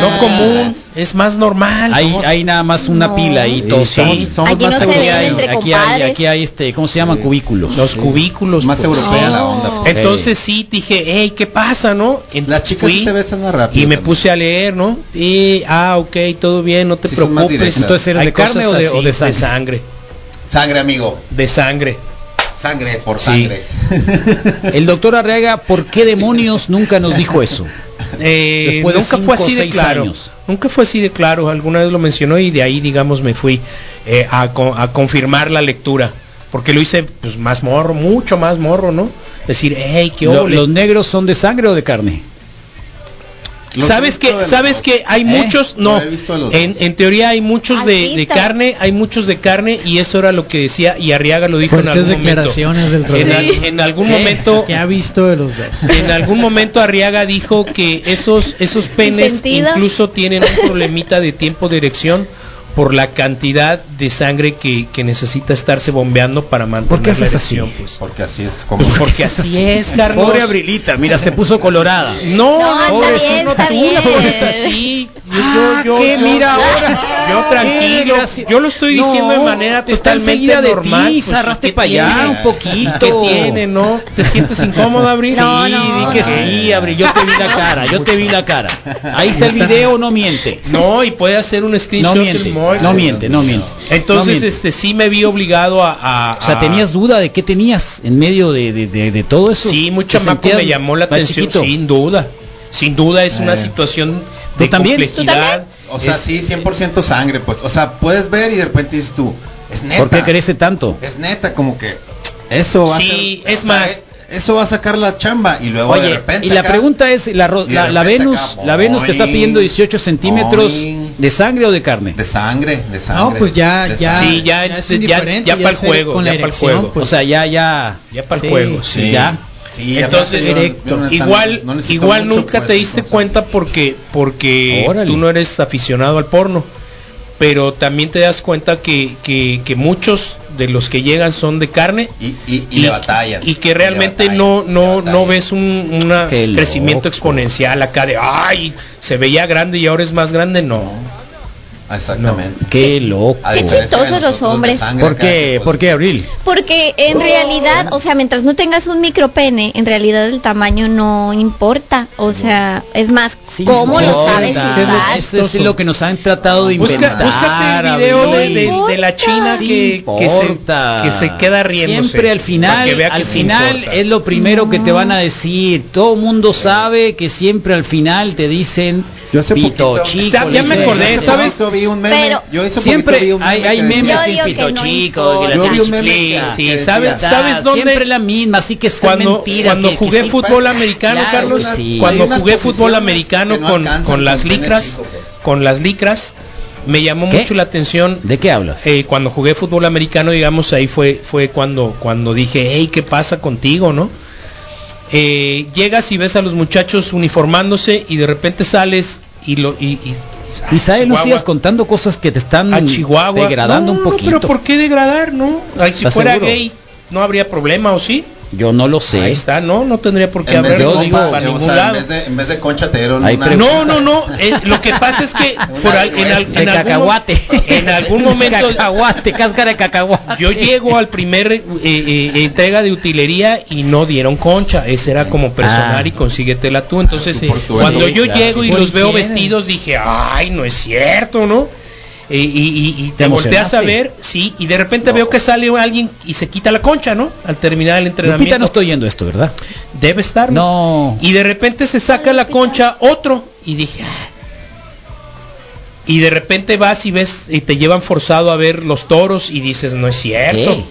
Speaker 2: no común, es más normal.
Speaker 1: Hay, hay nada más una
Speaker 4: No.
Speaker 1: pila ahí,
Speaker 3: Sí,
Speaker 1: todos
Speaker 3: somos-
Speaker 1: ahí.
Speaker 3: somos
Speaker 4: Aquí
Speaker 3: más
Speaker 4: no se
Speaker 1: Aquí
Speaker 3: europeos.
Speaker 4: ven
Speaker 1: hay,
Speaker 4: entre
Speaker 1: aquí hay,
Speaker 4: compadres.
Speaker 1: aquí hay este, ¿cómo se llaman? Cubículos.
Speaker 2: Los cubículos.
Speaker 3: Más
Speaker 2: pues.
Speaker 3: europea la
Speaker 4: No.
Speaker 3: onda. pues.
Speaker 2: Entonces sí dije, hey, ¿qué pasa, no? En-
Speaker 3: Las chicas sí
Speaker 2: fui
Speaker 3: te besan más rápido.
Speaker 2: y me
Speaker 3: también.
Speaker 2: puse a leer, ¿no? Y, ah, ok, todo bien, no te
Speaker 3: Sí, son más
Speaker 2: preocupes.
Speaker 3: directas.
Speaker 1: Entonces, ¿eres
Speaker 2: Hay
Speaker 1: de carne
Speaker 2: cosas
Speaker 1: o de-
Speaker 2: así,
Speaker 1: o de sangre?
Speaker 3: Sangre, amigo.
Speaker 2: De sangre.
Speaker 3: Sangre por
Speaker 2: Sí.
Speaker 3: sangre.
Speaker 1: El doctor Arreaga, ¿por qué demonios nunca nos dijo eso?
Speaker 2: Eh,
Speaker 1: Después de
Speaker 2: nunca
Speaker 1: cinco
Speaker 2: fue
Speaker 1: o
Speaker 2: así de
Speaker 1: seis
Speaker 2: claro.
Speaker 1: años.
Speaker 2: Nunca fue así de claro. Alguna vez lo mencionó y de ahí, digamos, me fui eh, a, co- a confirmar la lectura. Porque lo hice pues más morro, mucho más morro, ¿no? Decir, hey, qué
Speaker 1: Lo-
Speaker 2: ole.
Speaker 1: ¿Los negros son de sangre o de carne?
Speaker 3: Los
Speaker 2: ¿Sabes
Speaker 3: he visto
Speaker 2: que
Speaker 3: de
Speaker 2: sabes
Speaker 3: los-
Speaker 2: que hay
Speaker 1: ¿Eh?
Speaker 2: muchos
Speaker 3: No,
Speaker 2: no
Speaker 3: he visto de los
Speaker 2: en,
Speaker 3: dos.
Speaker 2: en teoría hay muchos
Speaker 4: ¿Has
Speaker 2: de, de
Speaker 4: visto?
Speaker 2: carne hay muchos de carne y eso era lo que decía y Arriaga lo dijo en
Speaker 9: Fuertes
Speaker 2: algún momento
Speaker 9: declaraciones del
Speaker 2: en,
Speaker 9: Rodrigo.
Speaker 2: al- en algún
Speaker 9: ¿Qué?
Speaker 2: momento
Speaker 9: ¿Qué ha visto de los dos?
Speaker 2: en algún momento Arriaga dijo que esos esos penes
Speaker 4: sentido?
Speaker 2: incluso tienen un problemita de tiempo de erección por la cantidad de sangre que, que necesita estarse bombeando para mantener
Speaker 1: ¿Por qué
Speaker 2: la
Speaker 1: haces así?
Speaker 2: erección, pues.
Speaker 3: Porque así es como.
Speaker 2: Pues porque así es, Carlos.
Speaker 1: Pobre Abrilita, mira, se puso colorada.
Speaker 2: No,
Speaker 4: No,
Speaker 2: no,
Speaker 4: está
Speaker 2: eso
Speaker 4: bien,
Speaker 2: no
Speaker 4: está
Speaker 2: tú
Speaker 4: bien.
Speaker 2: la pones así. Yo,
Speaker 1: Ah,
Speaker 2: yo, yo,
Speaker 1: ¿qué?
Speaker 2: yo-
Speaker 1: Mira ahora.
Speaker 2: Yo
Speaker 1: Qué
Speaker 2: tranquilo.
Speaker 1: gracia-
Speaker 2: Yo lo estoy diciendo
Speaker 1: No,
Speaker 2: de manera
Speaker 1: está
Speaker 2: totalmente
Speaker 1: enseguida de
Speaker 2: normal.
Speaker 1: ti,
Speaker 2: pues, ¿y
Speaker 1: zarraste
Speaker 2: qué
Speaker 1: pa' allá
Speaker 2: tiene?
Speaker 1: un poquito.
Speaker 2: ¿Qué tiene, no? ¿Te sientes incómoda, Abril?
Speaker 4: No,
Speaker 1: sí,
Speaker 4: no,
Speaker 1: di que
Speaker 4: no.
Speaker 1: sí, Abril, yo te vi la cara, yo te vi la cara. Ahí está el video, no miente.
Speaker 2: No, y puede hacer un screenshot
Speaker 1: No
Speaker 2: del
Speaker 1: miente,
Speaker 2: móvil.
Speaker 1: no miente, no miente.
Speaker 2: Entonces,
Speaker 1: No miente.
Speaker 2: este, sí me vi obligado a... a-
Speaker 1: O sea,
Speaker 2: a-
Speaker 1: ¿tenías duda de qué tenías en medio de, de- de- de todo eso?
Speaker 2: Sí, mucho
Speaker 1: ¿Te
Speaker 2: chamaco
Speaker 1: sentías
Speaker 2: me llamó la
Speaker 1: más
Speaker 2: atención,
Speaker 1: chiquito?
Speaker 2: sin duda. Sin duda es una situación de
Speaker 1: ¿Tú también?
Speaker 2: complejidad.
Speaker 3: O sea,
Speaker 2: Es-
Speaker 3: sí, 100% sangre, pues. O sea, puedes ver y de repente dices tú, es neta.
Speaker 1: ¿Por qué crece tanto?
Speaker 3: Es neta, como que eso va
Speaker 2: Sí,
Speaker 3: a ser-
Speaker 2: es
Speaker 3: o sea,
Speaker 2: más.
Speaker 3: e- Eso va a sacar la chamba y luego de
Speaker 1: Oye,
Speaker 3: repente.
Speaker 1: y la
Speaker 3: acá-
Speaker 1: pregunta es, la, ro-
Speaker 3: y de
Speaker 1: la, la
Speaker 3: repente
Speaker 1: Venus,
Speaker 3: acá,
Speaker 1: la Venus te está
Speaker 3: boing,
Speaker 1: pidiendo 18 centímetros
Speaker 3: boing.
Speaker 1: de sangre o de carne.
Speaker 3: De sangre, de sangre.
Speaker 9: No, pues ya,
Speaker 3: de
Speaker 9: ya,
Speaker 3: sangre.
Speaker 2: Sí, ya-
Speaker 9: es
Speaker 2: ya-
Speaker 9: indiferente,
Speaker 2: ya pa'l
Speaker 9: es el-
Speaker 2: juego,
Speaker 9: con la
Speaker 2: ya pa'l
Speaker 9: erección,
Speaker 2: juego.
Speaker 9: pues,
Speaker 1: o sea, ya, ya,
Speaker 2: Ya para el
Speaker 9: Sí.
Speaker 2: juego, sí.
Speaker 1: sí, ya.
Speaker 3: Sí,
Speaker 2: Entonces,
Speaker 3: aparte yo
Speaker 9: directo.
Speaker 3: no- yo no-
Speaker 2: igual
Speaker 3: no necesito
Speaker 2: igual
Speaker 3: mucho,
Speaker 2: nunca
Speaker 3: pues,
Speaker 2: te diste
Speaker 3: entonces.
Speaker 2: cuenta porque porque
Speaker 1: Órale.
Speaker 2: tú no eres aficionado al porno pero también te das cuenta que, que, que muchos de los que llegan son de carne
Speaker 3: Y, y, y le batallan.
Speaker 2: y
Speaker 3: le
Speaker 2: que realmente
Speaker 3: batallan,
Speaker 2: no
Speaker 3: le
Speaker 2: no
Speaker 3: batallan.
Speaker 2: no ves un una
Speaker 1: Qué loco.
Speaker 2: crecimiento exponencial acá de ay se veía grande y ahora es más grande no
Speaker 3: Exactamente.
Speaker 1: Qué loco.
Speaker 3: A diferencia de
Speaker 4: chistosos los
Speaker 3: nosotros de
Speaker 4: hombres.
Speaker 3: sangre
Speaker 1: ¿Por
Speaker 3: acá,
Speaker 1: qué,
Speaker 3: que,
Speaker 1: por
Speaker 3: pues,
Speaker 1: qué Abril?
Speaker 4: Porque en realidad, o sea, mientras no tengas un micropene, en realidad el tamaño no importa. O sea, es más, ¿cómo lo
Speaker 1: importa.
Speaker 4: sabes usar?
Speaker 1: Eso es lo que nos han tratado de
Speaker 2: Busca-
Speaker 1: inventar.
Speaker 2: búscate el video de,
Speaker 1: Abril.
Speaker 2: de- de la china
Speaker 4: Sí
Speaker 2: que, que se,
Speaker 1: importa.
Speaker 2: que se queda riendo
Speaker 1: Siempre al final, al final es lo primero que te van a decir. Todo mundo sabe que siempre al final te dicen
Speaker 3: Yo hace
Speaker 1: pito
Speaker 3: poquito-
Speaker 1: chico.
Speaker 2: Ya- ya
Speaker 1: le
Speaker 2: me
Speaker 1: dicen,
Speaker 2: acordé,
Speaker 1: ¿no?
Speaker 2: ¿sabes?
Speaker 3: Yo vi un meme,
Speaker 4: Pero-
Speaker 3: yo hice
Speaker 1: Siempre
Speaker 3: poquito vi un
Speaker 1: hay,
Speaker 3: meme
Speaker 1: hay
Speaker 3: que decía-
Speaker 1: memes
Speaker 4: Yo
Speaker 1: que
Speaker 4: digo
Speaker 1: pito
Speaker 4: que no
Speaker 1: chico, que
Speaker 4: importa.
Speaker 1: la
Speaker 3: Yo vi un
Speaker 1: chica,
Speaker 3: meme
Speaker 2: Sí,
Speaker 3: que-
Speaker 2: sí,
Speaker 3: que
Speaker 2: ¿sabes?
Speaker 3: decía-
Speaker 2: ¿Sabes dónde?
Speaker 1: Siempre la misma, así que es
Speaker 2: cuando,
Speaker 1: mentira.
Speaker 2: cuando jugué
Speaker 3: sí,
Speaker 2: fútbol
Speaker 3: pues,
Speaker 2: americano,
Speaker 1: claro,
Speaker 2: Carlos,
Speaker 1: pues, sí.
Speaker 2: cuando
Speaker 3: Hay unas
Speaker 2: jugué
Speaker 3: posiciones
Speaker 2: fútbol
Speaker 3: que
Speaker 2: americano
Speaker 3: no
Speaker 2: con,
Speaker 3: alcanzan
Speaker 2: con las
Speaker 3: con pene
Speaker 2: licras,
Speaker 3: chico, pues.
Speaker 2: con las licras, me llamó
Speaker 1: ¿Qué?
Speaker 2: mucho la atención.
Speaker 1: ¿De qué hablas?
Speaker 2: eh, cuando jugué fútbol americano, digamos, ahí fue, fue cuando, cuando dije, hey, ¿qué pasa contigo, no? Eh, llegas y ves a los muchachos uniformándose y de repente sales y lo y, y- ah,
Speaker 1: Misael, no
Speaker 2: Chihuahua.
Speaker 1: sigas contando cosas que te están
Speaker 2: a Chihuahua
Speaker 1: Mm, degradando
Speaker 2: No,
Speaker 1: un
Speaker 2: no,
Speaker 1: poquito.
Speaker 2: pero ¿por qué degradar, no? Ay, si
Speaker 1: ¿Estás
Speaker 2: fuera
Speaker 1: seguro?
Speaker 2: gay no habría problema, ¿o sí?
Speaker 1: Yo no lo sé.
Speaker 2: Ahí está, no, no tendría por qué
Speaker 3: En vez de
Speaker 2: haberlo
Speaker 1: yo digo,
Speaker 3: compa,
Speaker 2: para
Speaker 3: o
Speaker 2: ningún
Speaker 3: sea,
Speaker 2: lado.
Speaker 3: En vez de, en vez de concha te dieron
Speaker 1: Ahí
Speaker 3: una-
Speaker 1: pregunta.
Speaker 2: No, no, no. eh, lo que pasa es que por al- en, al-
Speaker 1: De
Speaker 2: en algún, mo-
Speaker 1: cacahuate.
Speaker 2: en algún momento
Speaker 1: cacahuate, cáscara de cacahuate.
Speaker 2: yo llego al primer eh, eh, entrega de utilería y no dieron concha. Ese era como personal
Speaker 1: Ah.
Speaker 2: y consíguetela tú. Entonces, eh,
Speaker 3: Tú por tu-
Speaker 2: cuando
Speaker 1: Sí,
Speaker 2: yo
Speaker 1: claro.
Speaker 2: llego y
Speaker 9: Por
Speaker 2: los veo
Speaker 9: higiene.
Speaker 2: vestidos, dije, ay, no es cierto, ¿no? Eh, Y, y- y te
Speaker 1: Te
Speaker 2: volteas a
Speaker 1: emocionaste.
Speaker 2: ver, sí, y de repente veo que sale alguien y se quita la concha, ¿no? Al terminar el entrenamiento.
Speaker 1: Lupita no estoy yendo esto, ¿verdad?
Speaker 2: Debe estar.
Speaker 1: No.
Speaker 2: Y de repente se saca la concha otro. Y dije, "Ah". Y de repente vas y ves y te llevan forzado a ver los toros y dices, no es cierto.
Speaker 1: ¿Qué?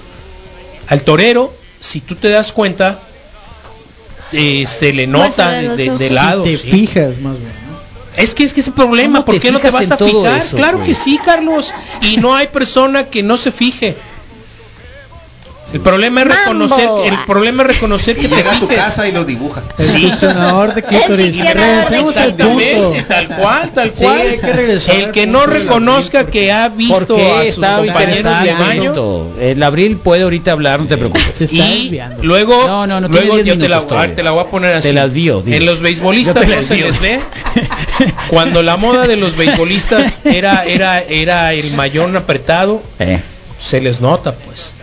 Speaker 2: Al torero, si tú te das cuenta, eh, se le
Speaker 4: Más
Speaker 2: nota
Speaker 4: sobre
Speaker 2: de,
Speaker 4: los
Speaker 2: de- de
Speaker 4: ojos.
Speaker 2: lado.
Speaker 9: si te
Speaker 2: sí.
Speaker 9: fijas más bien. ¿no?
Speaker 2: Es que es que ese problema,
Speaker 1: ¿Cómo
Speaker 2: ¿por
Speaker 1: te
Speaker 2: qué no te
Speaker 1: fijas
Speaker 2: vas
Speaker 1: en
Speaker 2: a
Speaker 1: todo
Speaker 2: fijar?
Speaker 1: eso,
Speaker 2: claro
Speaker 1: güey?
Speaker 2: que sí, Carlos. Y no hay persona que no se fije. El problema es
Speaker 4: Mambo.
Speaker 2: reconocer, el problema es reconocer
Speaker 3: Y
Speaker 2: que te
Speaker 3: llega a su
Speaker 2: fijes.
Speaker 3: casa y lo dibuja.
Speaker 9: El
Speaker 2: Sí.
Speaker 9: funcionador de
Speaker 4: El
Speaker 9: clítoris.
Speaker 4: funcionador de
Speaker 9: Regresemos al punto.
Speaker 2: Exactamente, tal cual, tal
Speaker 9: Sí,
Speaker 2: cual.
Speaker 9: hay que regresar
Speaker 2: el
Speaker 9: al
Speaker 2: que
Speaker 9: punto
Speaker 2: no
Speaker 9: de la
Speaker 2: reconozca
Speaker 9: vida,
Speaker 2: que ha visto a sus
Speaker 1: Estaba
Speaker 2: compañeros de
Speaker 1: interesante
Speaker 2: baño
Speaker 1: esto. El abril puede ahorita hablar, no te preocupes.
Speaker 9: Se está
Speaker 2: y
Speaker 9: desviando.
Speaker 2: luego,
Speaker 1: No, no, no, tiene
Speaker 2: luego
Speaker 1: diez
Speaker 2: yo te la,
Speaker 1: minutos todavía.
Speaker 2: ah, te la voy a poner así.
Speaker 1: Te las vio, dile.
Speaker 2: En los beisbolistas
Speaker 1: Yo te
Speaker 2: no
Speaker 1: las
Speaker 2: se
Speaker 1: vio.
Speaker 2: les ve Cuando la moda de los beisbolistas era, era, era el mayón apretado,
Speaker 1: Eh,
Speaker 2: se les nota pues.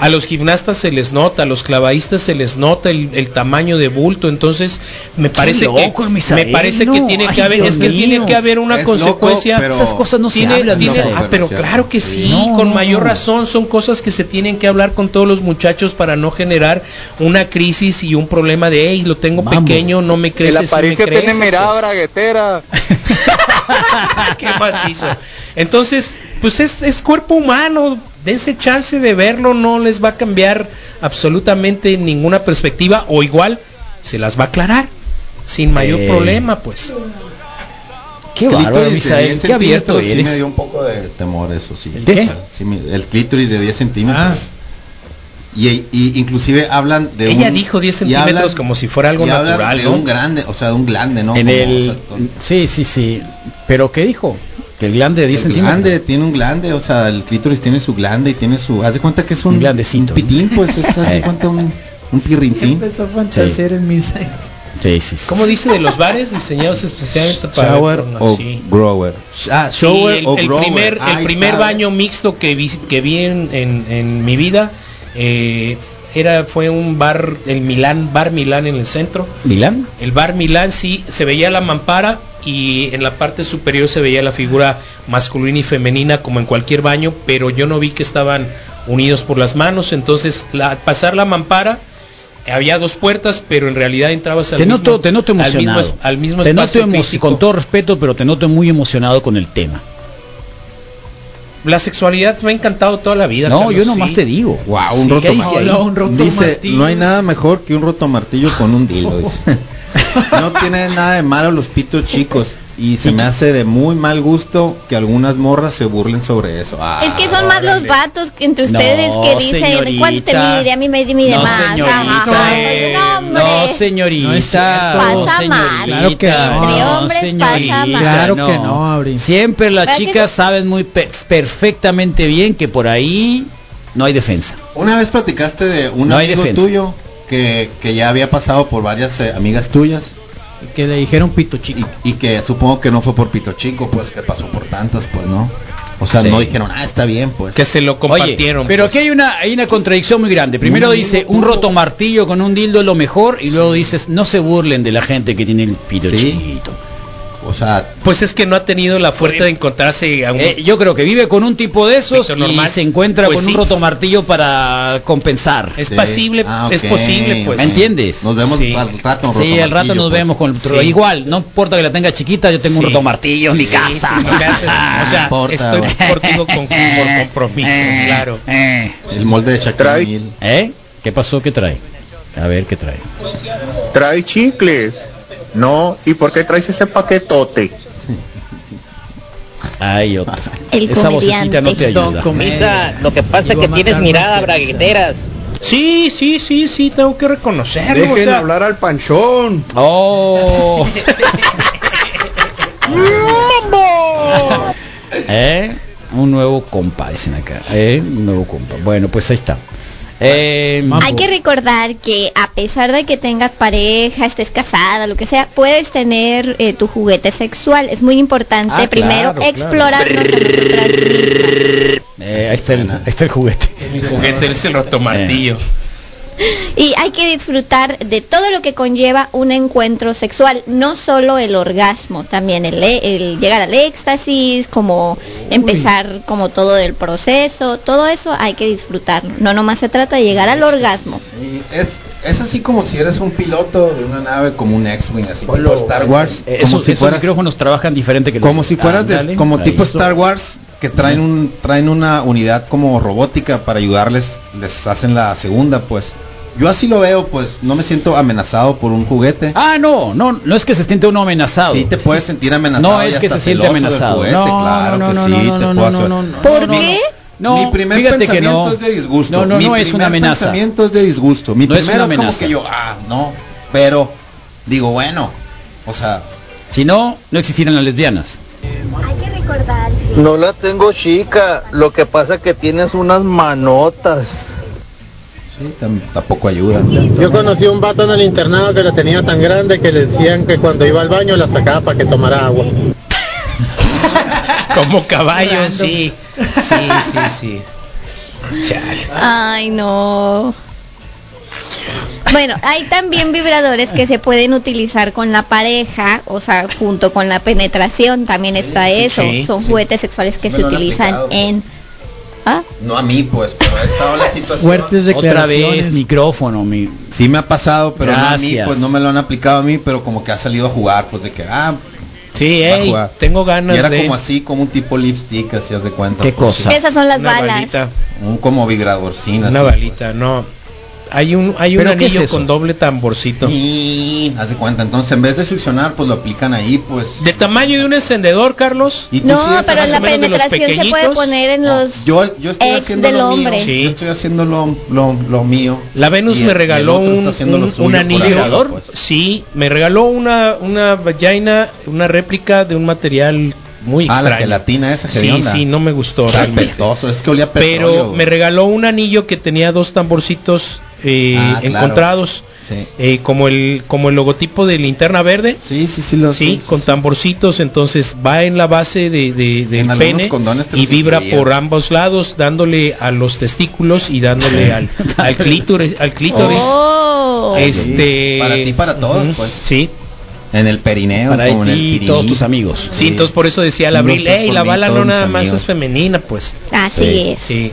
Speaker 2: A los gimnastas se les nota, a los clavaístas se les nota el, el tamaño de bulto, entonces me parece
Speaker 1: loco,
Speaker 2: que
Speaker 1: Misael,
Speaker 2: me parece que
Speaker 1: no,
Speaker 2: tiene
Speaker 1: ay,
Speaker 2: que haber
Speaker 1: Dios
Speaker 2: es que tiene
Speaker 1: mío.
Speaker 2: que haber una
Speaker 3: Es loco,
Speaker 2: consecuencia
Speaker 3: pero- Esas cosas
Speaker 1: no se
Speaker 2: tiene-
Speaker 1: hablan,
Speaker 2: tiene-
Speaker 1: Misael.
Speaker 2: ah, pero
Speaker 3: Sí.
Speaker 2: claro que sí,
Speaker 1: No,
Speaker 2: con
Speaker 1: no,
Speaker 2: mayor
Speaker 1: no.
Speaker 2: razón son cosas que se tienen que hablar con todos los muchachos para no generar una crisis y un problema de, hey, lo tengo
Speaker 1: Mambo.
Speaker 2: pequeño, no me crece,
Speaker 5: El
Speaker 2: sí me
Speaker 5: Aparicio
Speaker 2: crece",
Speaker 5: tiene mirada
Speaker 2: pues.
Speaker 5: braguetera.
Speaker 2: Qué macizo. Entonces, pues es, es cuerpo humano. Dense chance de verlo, no les va a cambiar absolutamente ninguna perspectiva o igual se las va a aclarar sin mayor
Speaker 1: Ey.
Speaker 2: problema, pues.
Speaker 1: qué bárbaro,
Speaker 3: Clítoris de
Speaker 1: Misael,
Speaker 3: 10
Speaker 1: qué abierto
Speaker 3: centímetros, Sí me
Speaker 1: eres.
Speaker 3: dio un poco de temor eso, sí.
Speaker 1: ¿El qué?
Speaker 3: Sí me- el clítoris de 10 centímetros.
Speaker 1: Ah.
Speaker 3: Y, y inclusive hablan de
Speaker 2: Ella
Speaker 3: un-
Speaker 2: dijo 10
Speaker 3: y hablan-
Speaker 2: centímetros como si fuera algo
Speaker 3: y hablan
Speaker 2: natural,
Speaker 3: de
Speaker 2: ¿no?
Speaker 3: un grande, o sea, de un glande, ¿no?
Speaker 1: En
Speaker 3: Como,
Speaker 1: el,
Speaker 3: o sea, con-
Speaker 1: sí, sí, sí. Pero qué dijo? Que el glande de 10
Speaker 3: el
Speaker 1: centímetros.
Speaker 3: glande, tiene un glande, o sea, el clítoris tiene su glande y tiene su... Haz de cuenta que es un,
Speaker 1: Un glandecito,
Speaker 3: un pitín,
Speaker 1: ¿no?
Speaker 3: pues, es, haz de
Speaker 1: Eh.
Speaker 3: cuenta un, un pirrincín.
Speaker 9: Empezó a fantasear en mis sex.
Speaker 1: Sí, sí, sí.
Speaker 2: Como dice de los bares diseñados especialmente para la
Speaker 3: Shower o
Speaker 2: pornografía.
Speaker 3: grower. Ah,
Speaker 2: Sí,
Speaker 3: shower
Speaker 2: el,
Speaker 3: o
Speaker 2: el
Speaker 3: grower.
Speaker 2: primer, el
Speaker 3: Ahí
Speaker 2: primer
Speaker 3: está.
Speaker 2: baño mixto que vi, que vi en, en- en mi vida eh, era fue un bar, el Milán, Bar Milán en el centro.
Speaker 1: ¿Milán?
Speaker 2: El bar Milán sí se veía la mampara y en la parte superior se veía la figura masculina y femenina como en cualquier baño, pero yo no vi que estaban unidos por las manos, entonces la, al pasar la mampara había dos puertas, pero en realidad entrabas al
Speaker 1: Te
Speaker 2: mismo
Speaker 1: noto, te noto
Speaker 2: al mismo
Speaker 1: emocionado.
Speaker 2: es- al mismo
Speaker 1: te noto
Speaker 2: espacio
Speaker 1: emo-
Speaker 2: físico.
Speaker 1: con todo respeto, pero te noto muy emocionado con el tema.
Speaker 2: La sexualidad me ha encantado toda la vida.
Speaker 1: No,
Speaker 2: Carlos,
Speaker 1: yo nomás
Speaker 2: sí.
Speaker 1: te digo.
Speaker 3: Wow,
Speaker 1: Sí,
Speaker 3: un
Speaker 1: ¿qué
Speaker 3: roto
Speaker 1: dice ahí?
Speaker 3: martillo.
Speaker 9: un roto
Speaker 3: dice,
Speaker 9: martillo.
Speaker 3: no hay nada mejor que un roto martillo con un dildo. dice. no tiene nada de malo los pitos chicos. Y se me hace de muy mal gusto que algunas morras se burlen sobre eso. Ah,
Speaker 4: Es que son más los vatos que entre ustedes
Speaker 1: No,
Speaker 4: que dicen cuánto te
Speaker 1: señorita.
Speaker 4: mide, a mí me mide
Speaker 1: No,
Speaker 4: más.
Speaker 1: señorita. eh,
Speaker 4: Ajá, soy un hombre.
Speaker 1: No, señorita.
Speaker 9: No es cierto.
Speaker 4: Pasa mal.
Speaker 1: Claro que no,
Speaker 9: Entre
Speaker 4: hombres
Speaker 1: señorita,
Speaker 4: pasa mal.
Speaker 9: Claro que no, Abril.
Speaker 1: Siempre las
Speaker 4: ¿Verdad que
Speaker 1: chicas saben muy pe- perfectamente bien que por ahí no hay defensa.
Speaker 3: Una vez platicaste de un
Speaker 1: No hay
Speaker 3: amigo
Speaker 1: defensa.
Speaker 3: tuyo que, que ya había pasado por varias eh, amigas tuyas
Speaker 9: Que le dijeron pito
Speaker 3: y,
Speaker 9: chico.
Speaker 3: y que supongo que no fue por pito chico, pues que pasó por tantas, pues no. O sea,
Speaker 1: Sí.
Speaker 3: no dijeron, ah, está bien, pues.
Speaker 2: Que se lo compartieron.
Speaker 1: Oye, pero
Speaker 2: pues. Mm.
Speaker 1: aquí hay una, hay una contradicción muy grande. Primero dice un roto martillo con un dildo es lo mejor y luego dices no se burlen de la gente que tiene el pito
Speaker 3: Sí.
Speaker 1: chiquito.
Speaker 3: O sea,
Speaker 2: Pues es que no ha tenido la fuerza de encontrarse a un...
Speaker 1: Eh, yo creo que vive con un tipo de esos
Speaker 2: Pito
Speaker 1: y
Speaker 2: normal.
Speaker 1: se encuentra
Speaker 2: Pues
Speaker 1: con
Speaker 2: sí.
Speaker 1: un roto martillo para compensar.
Speaker 2: es
Speaker 3: sí.
Speaker 2: pasible,
Speaker 3: Ah,
Speaker 2: es
Speaker 3: ok.
Speaker 2: posible, pues.
Speaker 1: ¿Me entiendes?
Speaker 3: Nos vemos
Speaker 2: Sí.
Speaker 3: al rato. roto
Speaker 1: Sí, al rato
Speaker 3: martillo,
Speaker 1: nos
Speaker 3: pues.
Speaker 1: vemos con el pero
Speaker 2: Sí.
Speaker 1: igual, no importa que la tenga chiquita, yo tengo
Speaker 2: Sí.
Speaker 1: un roto martillo en mi
Speaker 2: Sí,
Speaker 1: casa.
Speaker 2: sí, no me haces- o sea,
Speaker 3: importa,
Speaker 2: estoy
Speaker 3: güey.
Speaker 2: contigo con, por compromiso,
Speaker 1: Eh,
Speaker 2: claro.
Speaker 1: eh.
Speaker 3: pues. El molde de
Speaker 6: Trae-
Speaker 3: Shaquille O'Neal.
Speaker 1: ¿Eh? ¿Qué pasó? ¿Qué trae? A ver, ¿qué trae?
Speaker 6: Trae chicles. No, ¿y por qué traes ese paquetote?
Speaker 1: Ay, otra.
Speaker 4: El
Speaker 1: Esa vocecita
Speaker 4: comediante.
Speaker 1: no te ayuda.
Speaker 9: Misa,
Speaker 10: lo que pasa es que tienes mirada bragueteras.
Speaker 2: Sí, sí, sí, sí, tengo que reconocerlo. o sea,
Speaker 6: al panchón.
Speaker 1: ¡Oh! ¿Eh? Un nuevo compa, dicen acá. ¿Eh? Un nuevo compa. Bueno, pues ahí está. Eh,
Speaker 4: Hay que recordar que a pesar de que tengas pareja, estés casada, lo que sea, puedes tener eh, tu juguete sexual. Es muy importante
Speaker 1: Ah,
Speaker 4: primero
Speaker 1: claro, claro.
Speaker 4: explorarnos a nosotras mismas.
Speaker 1: Eh, ahí, está el, ahí está el juguete.
Speaker 2: mi juguete es el rotomartillo.
Speaker 1: Eh.
Speaker 4: Y hay que disfrutar de todo lo que conlleva un encuentro sexual, no solo el orgasmo, también el, e- el llegar al éxtasis, como empezar como todo el proceso, todo eso hay que disfrutarlo. No nomás se trata de llegar al orgasmo.
Speaker 3: Sí, es, es así como si eres un piloto de una nave como un X-Wing, así tipo Star Wars,
Speaker 1: Eh,
Speaker 3: como
Speaker 1: esos,
Speaker 3: si
Speaker 1: esos
Speaker 3: fueras
Speaker 1: micrófonos trabajan diferente que los-
Speaker 3: como si fueras de-
Speaker 1: Ándale,
Speaker 3: como
Speaker 1: ahí
Speaker 3: tipo
Speaker 1: está.
Speaker 3: Star Wars que traen un traen una unidad como robótica para ayudarles, les hacen la segunda, pues. Yo así lo veo, pues no me siento amenazado por un juguete.
Speaker 1: Ah, no, no, no es que se siente uno amenazado.
Speaker 3: Sí te puedes sentir amenazado.
Speaker 1: No
Speaker 3: y
Speaker 1: es que
Speaker 3: hasta
Speaker 1: se siente
Speaker 3: celoso del
Speaker 1: amenazado.
Speaker 3: juguete,
Speaker 1: No,
Speaker 3: claro
Speaker 1: no,
Speaker 3: que
Speaker 1: no,
Speaker 3: sí,
Speaker 1: no,
Speaker 3: te
Speaker 1: no, no,
Speaker 3: puedo
Speaker 1: no,
Speaker 3: hacer-
Speaker 1: no, no,
Speaker 4: ¿Por
Speaker 1: no, no,
Speaker 4: qué?
Speaker 1: No,
Speaker 3: mi primer
Speaker 1: fíjate que
Speaker 3: pensamiento
Speaker 1: no.
Speaker 3: es de disgusto.
Speaker 1: No, no,
Speaker 3: mi
Speaker 1: no es una
Speaker 3: primer
Speaker 1: amenaza.
Speaker 3: pensamiento es de disgusto. Mi
Speaker 1: No es
Speaker 3: primero
Speaker 1: una
Speaker 3: es como
Speaker 1: amenaza.
Speaker 3: que yo, ah, no, pero digo, bueno, o sea,
Speaker 1: Si no, no existieran las lesbianas.
Speaker 4: Hay que recordar
Speaker 5: No la tengo chica, lo que pasa que tienes unas manotas.
Speaker 3: tampoco ayuda.
Speaker 11: Yo conocí un vato en el internado que la tenía tan grande que le decían que cuando iba al baño la sacaba para que tomara agua.
Speaker 2: Como caballo, sí. Sí, sí, sí. Chale.
Speaker 4: Ay, no. Bueno, hay también vibradores que se pueden utilizar con la pareja, o sea, junto con la penetración, también está eso.
Speaker 3: sí,
Speaker 4: Son
Speaker 3: sí.
Speaker 4: juguetes sexuales que
Speaker 3: me
Speaker 4: se
Speaker 3: lo han
Speaker 4: utilizan
Speaker 3: aplicado.
Speaker 4: en... ¿Ah?
Speaker 3: No a mí, pues, pero ha estado la situación.
Speaker 1: Fuertes Otra vez, micrófono, mi...
Speaker 3: Sí me ha pasado, pero no a mí,
Speaker 1: Gracias.
Speaker 3: pues no me lo han aplicado a mí, pero como que ha salido a jugar, pues de que, ah,
Speaker 2: Sí,
Speaker 3: va a
Speaker 2: ey,
Speaker 3: jugar.
Speaker 2: tengo
Speaker 3: Y
Speaker 2: ganas
Speaker 3: era
Speaker 2: de...
Speaker 3: como así, como un tipo lipstick, así haz de cuenta.
Speaker 1: ¿Qué
Speaker 3: pues,
Speaker 1: cosa?
Speaker 3: sí.
Speaker 4: Esas son las
Speaker 2: Una
Speaker 4: balas.
Speaker 2: balita,
Speaker 3: Un como vibradorcina.
Speaker 2: una
Speaker 3: así,
Speaker 2: balita, no. Hay un, hay un
Speaker 1: ¿Pero qué es
Speaker 2: anillo
Speaker 1: eso?
Speaker 2: con doble tamborcito.
Speaker 3: pues. Y haz de cuenta, entonces en vez de succionar, pues lo aplican ahí, pues.
Speaker 2: Del tamaño de un encendedor, Carlos.
Speaker 3: Y tú
Speaker 4: No,
Speaker 3: sí haces
Speaker 4: pero
Speaker 2: más
Speaker 4: la
Speaker 2: o menos de los
Speaker 4: penetración se puede
Speaker 2: pequeñitos.
Speaker 4: poner en los...
Speaker 3: Yo, yo estoy
Speaker 4: Ex
Speaker 3: haciendo
Speaker 4: del
Speaker 3: lo
Speaker 4: hombre.
Speaker 3: mío.
Speaker 2: Sí.
Speaker 3: Yo estoy haciendo lo, lo, lo mío.
Speaker 2: La Venus
Speaker 3: Y
Speaker 2: me
Speaker 3: el- y el
Speaker 2: regaló
Speaker 3: otro
Speaker 2: un,
Speaker 3: está haciendo lo
Speaker 2: un-
Speaker 3: suyo
Speaker 2: un
Speaker 3: por
Speaker 2: anillo.
Speaker 3: arriba, pues.
Speaker 2: Sí, me regaló una, una vagina, una réplica de un material muy
Speaker 3: Ah,
Speaker 2: extraño.
Speaker 3: la gelatina esa que
Speaker 2: Sí, sí, no me gustó
Speaker 3: Está
Speaker 2: realmente.
Speaker 3: apestoso, es que olía a
Speaker 2: Pero
Speaker 3: petróleo, güey.
Speaker 2: me regaló un anillo que tenía dos tamborcitos eh,
Speaker 3: Ah, claro.
Speaker 2: encontrados,
Speaker 3: Sí.
Speaker 2: eh, como el como el logotipo de linterna verde.
Speaker 3: Sí, sí, sí, lo
Speaker 2: Sí, con
Speaker 1: pues,
Speaker 2: tamborcitos, entonces va en la base de, de- del
Speaker 3: En algunos
Speaker 2: pene
Speaker 3: condones te
Speaker 2: y
Speaker 3: los
Speaker 2: vibra
Speaker 3: incluían.
Speaker 2: por ambos lados, dándole a los testículos y dándole al, al clítoris, al clítoris.
Speaker 4: Oh.
Speaker 2: Este
Speaker 3: Para ti, para todos,
Speaker 2: Ujú,
Speaker 3: pues.
Speaker 2: Sí.
Speaker 3: En el perineo,
Speaker 1: Para
Speaker 3: como en el
Speaker 1: ti y todos
Speaker 3: piriní.
Speaker 1: tus amigos.
Speaker 2: Sí, entonces por eso decía el abril,
Speaker 3: Nuestros
Speaker 2: "Ey, la bala no
Speaker 3: bonitos
Speaker 2: nada más
Speaker 3: amigos".
Speaker 2: es femenina, pues.
Speaker 4: Así
Speaker 3: Sí.
Speaker 4: es.
Speaker 2: Sí.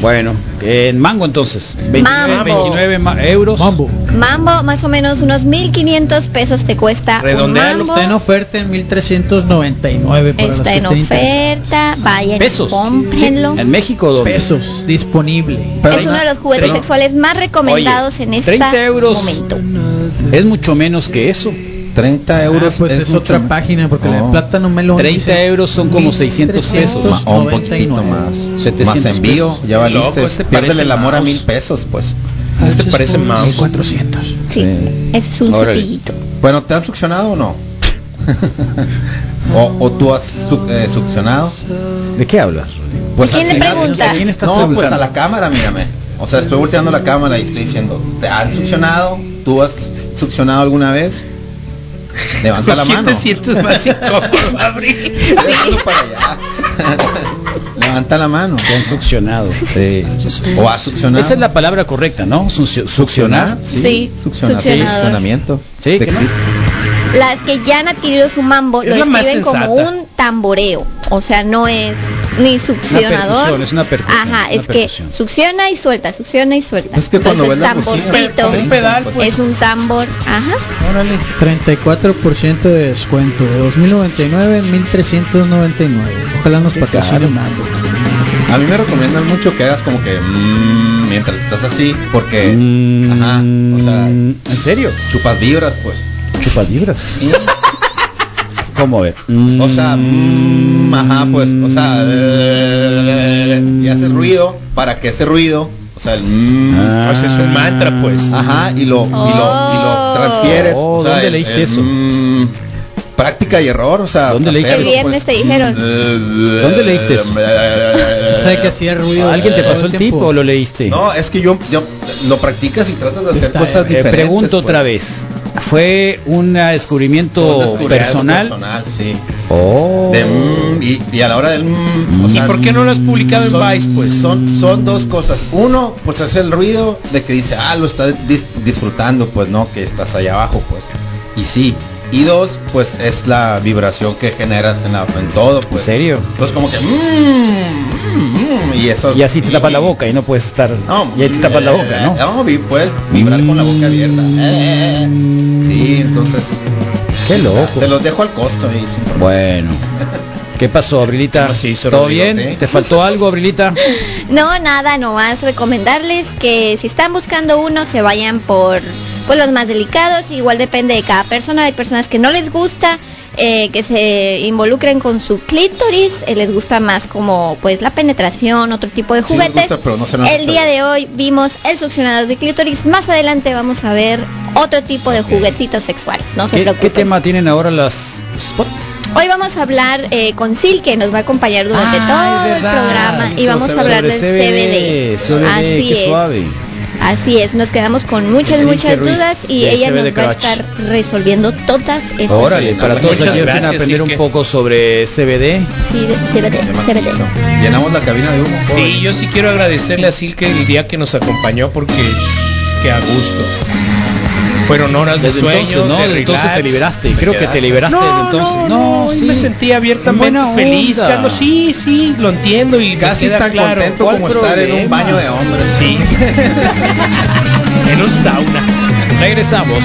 Speaker 1: Bueno, en Mango entonces. 29,
Speaker 4: Mambo.
Speaker 1: 29 ma- euros.
Speaker 9: Mambo.
Speaker 4: Mambo, más o menos unos 1.500 pesos te cuesta un
Speaker 2: Redondealo,
Speaker 4: mambo.
Speaker 9: Está en oferta en 1399 para los que
Speaker 4: Está en
Speaker 9: estén interesados.
Speaker 4: oferta, vayan,
Speaker 1: Pesos.
Speaker 4: cómprenlo.
Speaker 1: En México, ¿dónde?
Speaker 9: pesos disponible.
Speaker 4: es uno de los juguetes
Speaker 1: Pero-
Speaker 4: sexuales más recomendados
Speaker 1: Oye,
Speaker 4: en este
Speaker 1: 30 euros.
Speaker 4: momento.
Speaker 1: Es mucho menos que eso.
Speaker 3: 30 euros
Speaker 9: Ah, pues es,
Speaker 3: es mucho
Speaker 9: otra
Speaker 3: más. Oh.
Speaker 9: página porque la
Speaker 3: No.
Speaker 9: de plátano melón
Speaker 1: 30
Speaker 9: dice
Speaker 1: euros son como 600 pesos.
Speaker 3: Ma- o un poquito
Speaker 9: 99.
Speaker 3: más.
Speaker 1: 700
Speaker 3: más envío,
Speaker 1: pesos.
Speaker 3: ya
Speaker 2: Loco,
Speaker 3: valiste.
Speaker 2: este
Speaker 3: Piérdele
Speaker 2: parece
Speaker 3: el amor a
Speaker 2: mouse.
Speaker 3: mil pesos, pues.
Speaker 2: Este parece mouse.
Speaker 9: 400.
Speaker 4: Sí,
Speaker 3: Sí.
Speaker 4: es un
Speaker 3: Órale.
Speaker 4: cepillito.
Speaker 3: Bueno, ¿te han succionado o no? o, o tú has su- eh, succionado?
Speaker 1: ¿De qué hablas?
Speaker 3: Pues
Speaker 4: ¿A quién
Speaker 3: al
Speaker 4: le
Speaker 3: final-
Speaker 4: preguntas? ¿A
Speaker 1: quién estás
Speaker 3: No, pues
Speaker 1: preguntando?
Speaker 3: a la cámara, mírame. O sea, estoy volteando la cámara y estoy diciendo, ¿te han succionado? ¿Tú has succionado alguna vez? Levanta la
Speaker 2: ¿Con quién
Speaker 3: mano.
Speaker 2: te sientes más incómodo, Abril?
Speaker 3: Estoy dando para allá. Levanta la mano.
Speaker 1: Te han succionado.
Speaker 3: O has succionado.
Speaker 1: Esa es la palabra correcta, ¿no? Sucio-
Speaker 3: succionar.
Speaker 1: Succionar.
Speaker 3: Sí.
Speaker 4: Sí,
Speaker 3: Succionar.
Speaker 4: succionador.
Speaker 3: Succionamiento.
Speaker 1: Sí,
Speaker 3: Te-
Speaker 1: ¿qué más?
Speaker 4: Las que ya han adquirido su mambo
Speaker 2: Es
Speaker 4: lo
Speaker 2: la más
Speaker 4: describen como
Speaker 2: sensata.
Speaker 4: un tamboreo. O sea, no es ni succionador.
Speaker 1: percusión, es una percusión,
Speaker 4: Ajá,
Speaker 1: una
Speaker 4: es que
Speaker 1: percusión.
Speaker 4: succiona y suelta, succiona y suelta.
Speaker 3: Es que cuando ves
Speaker 4: Entonces,
Speaker 3: la bocina,
Speaker 4: tamborcito.
Speaker 2: Un pedal, pues.
Speaker 4: Es un tambor, ajá.
Speaker 9: 34% de descuento de 2099 en 1399. Ojalá nos patrocine
Speaker 3: caro.
Speaker 9: Mambo.
Speaker 3: A mí me recomiendan mucho que hagas como que mm, mientras estás así, porque
Speaker 1: Mm,
Speaker 3: ajá, o sea,
Speaker 1: ¿En serio?
Speaker 3: chupas vibras, pues.
Speaker 1: Chupas libras.
Speaker 3: Sí.
Speaker 1: ¿Cómo ver?
Speaker 3: O sea, mm, ajá, pues, o sea, eh, y hace ruido para que ese ruido, o sea, el mm,
Speaker 1: Ah.
Speaker 2: Pues es un mantra, pues.
Speaker 3: ajá, y lo, y lo, y lo
Speaker 4: Oh.
Speaker 3: transfieres.
Speaker 1: Oh,
Speaker 3: o sea,
Speaker 1: ¿dónde
Speaker 3: el-
Speaker 1: leíste
Speaker 3: el
Speaker 1: eso?
Speaker 3: mm, práctica y error, o sea,
Speaker 1: ¿Dónde leíste
Speaker 4: El
Speaker 3: hacerlo, pues.
Speaker 4: viernes te dijeron.
Speaker 1: ¿Dónde leíste eso?
Speaker 9: Sabe que hacía ruido.
Speaker 1: ¿Alguien te
Speaker 9: todo
Speaker 1: pasó el tipo
Speaker 9: tiempo.
Speaker 1: o lo leíste?
Speaker 3: No, es que yo, yo lo practicas y tratas de hacer
Speaker 9: Está,
Speaker 3: cosas
Speaker 9: eh,
Speaker 1: Te
Speaker 3: diferentes.
Speaker 1: pregunto
Speaker 3: pues.
Speaker 1: otra vez. ¿Fue un eh, descubrimiento,
Speaker 3: Son descubrimientos
Speaker 1: personal?
Speaker 3: personal, sí.
Speaker 1: Oh.
Speaker 3: De mm, y, y a la hora del mm, o
Speaker 2: ¿Y por qué no lo has publicado en
Speaker 3: son-
Speaker 2: Vice, pues?
Speaker 3: Son, son dos cosas. Uno, pues hace el ruido de que dice, ah, lo está dis- disfrutando, pues no, que estás allá abajo, pues. Y sí. Y dos, pues es la vibración que generas en, la, en todo,
Speaker 1: ¿En
Speaker 3: pues.
Speaker 1: serio?
Speaker 3: Entonces como que mm, mm, mm, y eso.
Speaker 1: Y así te tapas la boca y no puedes estar.
Speaker 3: No,
Speaker 1: y ahí te tapas la boca, ¿no? Mm.
Speaker 3: eh, No, vi- puedes vibrar con la boca abierta. Eh, eh, eh. Sí, entonces.
Speaker 1: Qué loco.
Speaker 3: Se los dejo al costo ahí, sin problema.
Speaker 1: Bueno. ¿Qué pasó, Abrilita?
Speaker 2: ¿Cómo se hizo,
Speaker 1: ¿Todo
Speaker 2: Rodrigo?
Speaker 1: bien?
Speaker 3: Sí.
Speaker 1: ¿Te faltó algo, Abrilita?
Speaker 4: No, nada, nomás recomendarles que si están buscando uno se vayan por pues, los más delicados, igual depende de cada persona, hay personas que no les gusta eh, que se involucren con su clítoris, eh, les gusta más como pues la penetración, otro tipo de
Speaker 3: Sí les
Speaker 4: juguetes.
Speaker 3: gusta, pero no se nos
Speaker 4: el
Speaker 3: gusta.
Speaker 4: día de hoy vimos el succionador de clítoris, más adelante vamos a ver otro tipo de juguetitos sexuales, no se
Speaker 1: ¿Qué,
Speaker 4: preocupen.
Speaker 1: qué tema tienen ahora las spot?
Speaker 4: Hoy vamos a hablar eh, con Sil, que nos va a acompañar durante
Speaker 1: Ah, es
Speaker 4: todo el
Speaker 1: verdad.
Speaker 4: programa y
Speaker 1: Sobre
Speaker 4: vamos a hablar del CBD.
Speaker 1: CBD,
Speaker 4: Así
Speaker 1: qué
Speaker 4: es.
Speaker 1: suave.
Speaker 4: Así es, nos quedamos con muchas,
Speaker 1: Sil
Speaker 4: muchas
Speaker 1: Ruiz,
Speaker 4: dudas y
Speaker 1: del
Speaker 4: ella
Speaker 1: CBD
Speaker 4: nos va a
Speaker 1: Crotch.
Speaker 4: estar resolviendo todas esas
Speaker 1: Órale,
Speaker 4: dudas.
Speaker 1: para todos
Speaker 2: pues
Speaker 3: Muchas
Speaker 1: aquellos que quieren
Speaker 3: gracias,
Speaker 1: aprender un poco sobre CBD.
Speaker 4: Sí, de- CBD, CBD.
Speaker 3: Llenamos la cabina de humo.
Speaker 2: Sí, yo sí quiero agradecerle a Silke el día que nos acompañó porque que a gusto. Fueron horas
Speaker 1: Desde
Speaker 2: de sueño,
Speaker 1: entonces, ¿no?
Speaker 2: de
Speaker 1: Desde entonces
Speaker 2: relax.
Speaker 1: te liberaste, creo que te liberaste
Speaker 2: No,
Speaker 1: desde entonces.
Speaker 2: No, no,
Speaker 1: No,
Speaker 2: hoy
Speaker 1: sí.
Speaker 2: me sentí abiertamente
Speaker 1: Buena
Speaker 2: feliz,
Speaker 1: onda.
Speaker 2: Carlos. Sí, sí, lo entiendo y me
Speaker 3: Casi
Speaker 2: queda
Speaker 3: tan
Speaker 2: claro.
Speaker 3: contento
Speaker 2: ¿Cuál
Speaker 3: como estar en un
Speaker 2: problema?
Speaker 3: baño de hombres.
Speaker 2: Sí. en un sauna.
Speaker 1: Regresamos.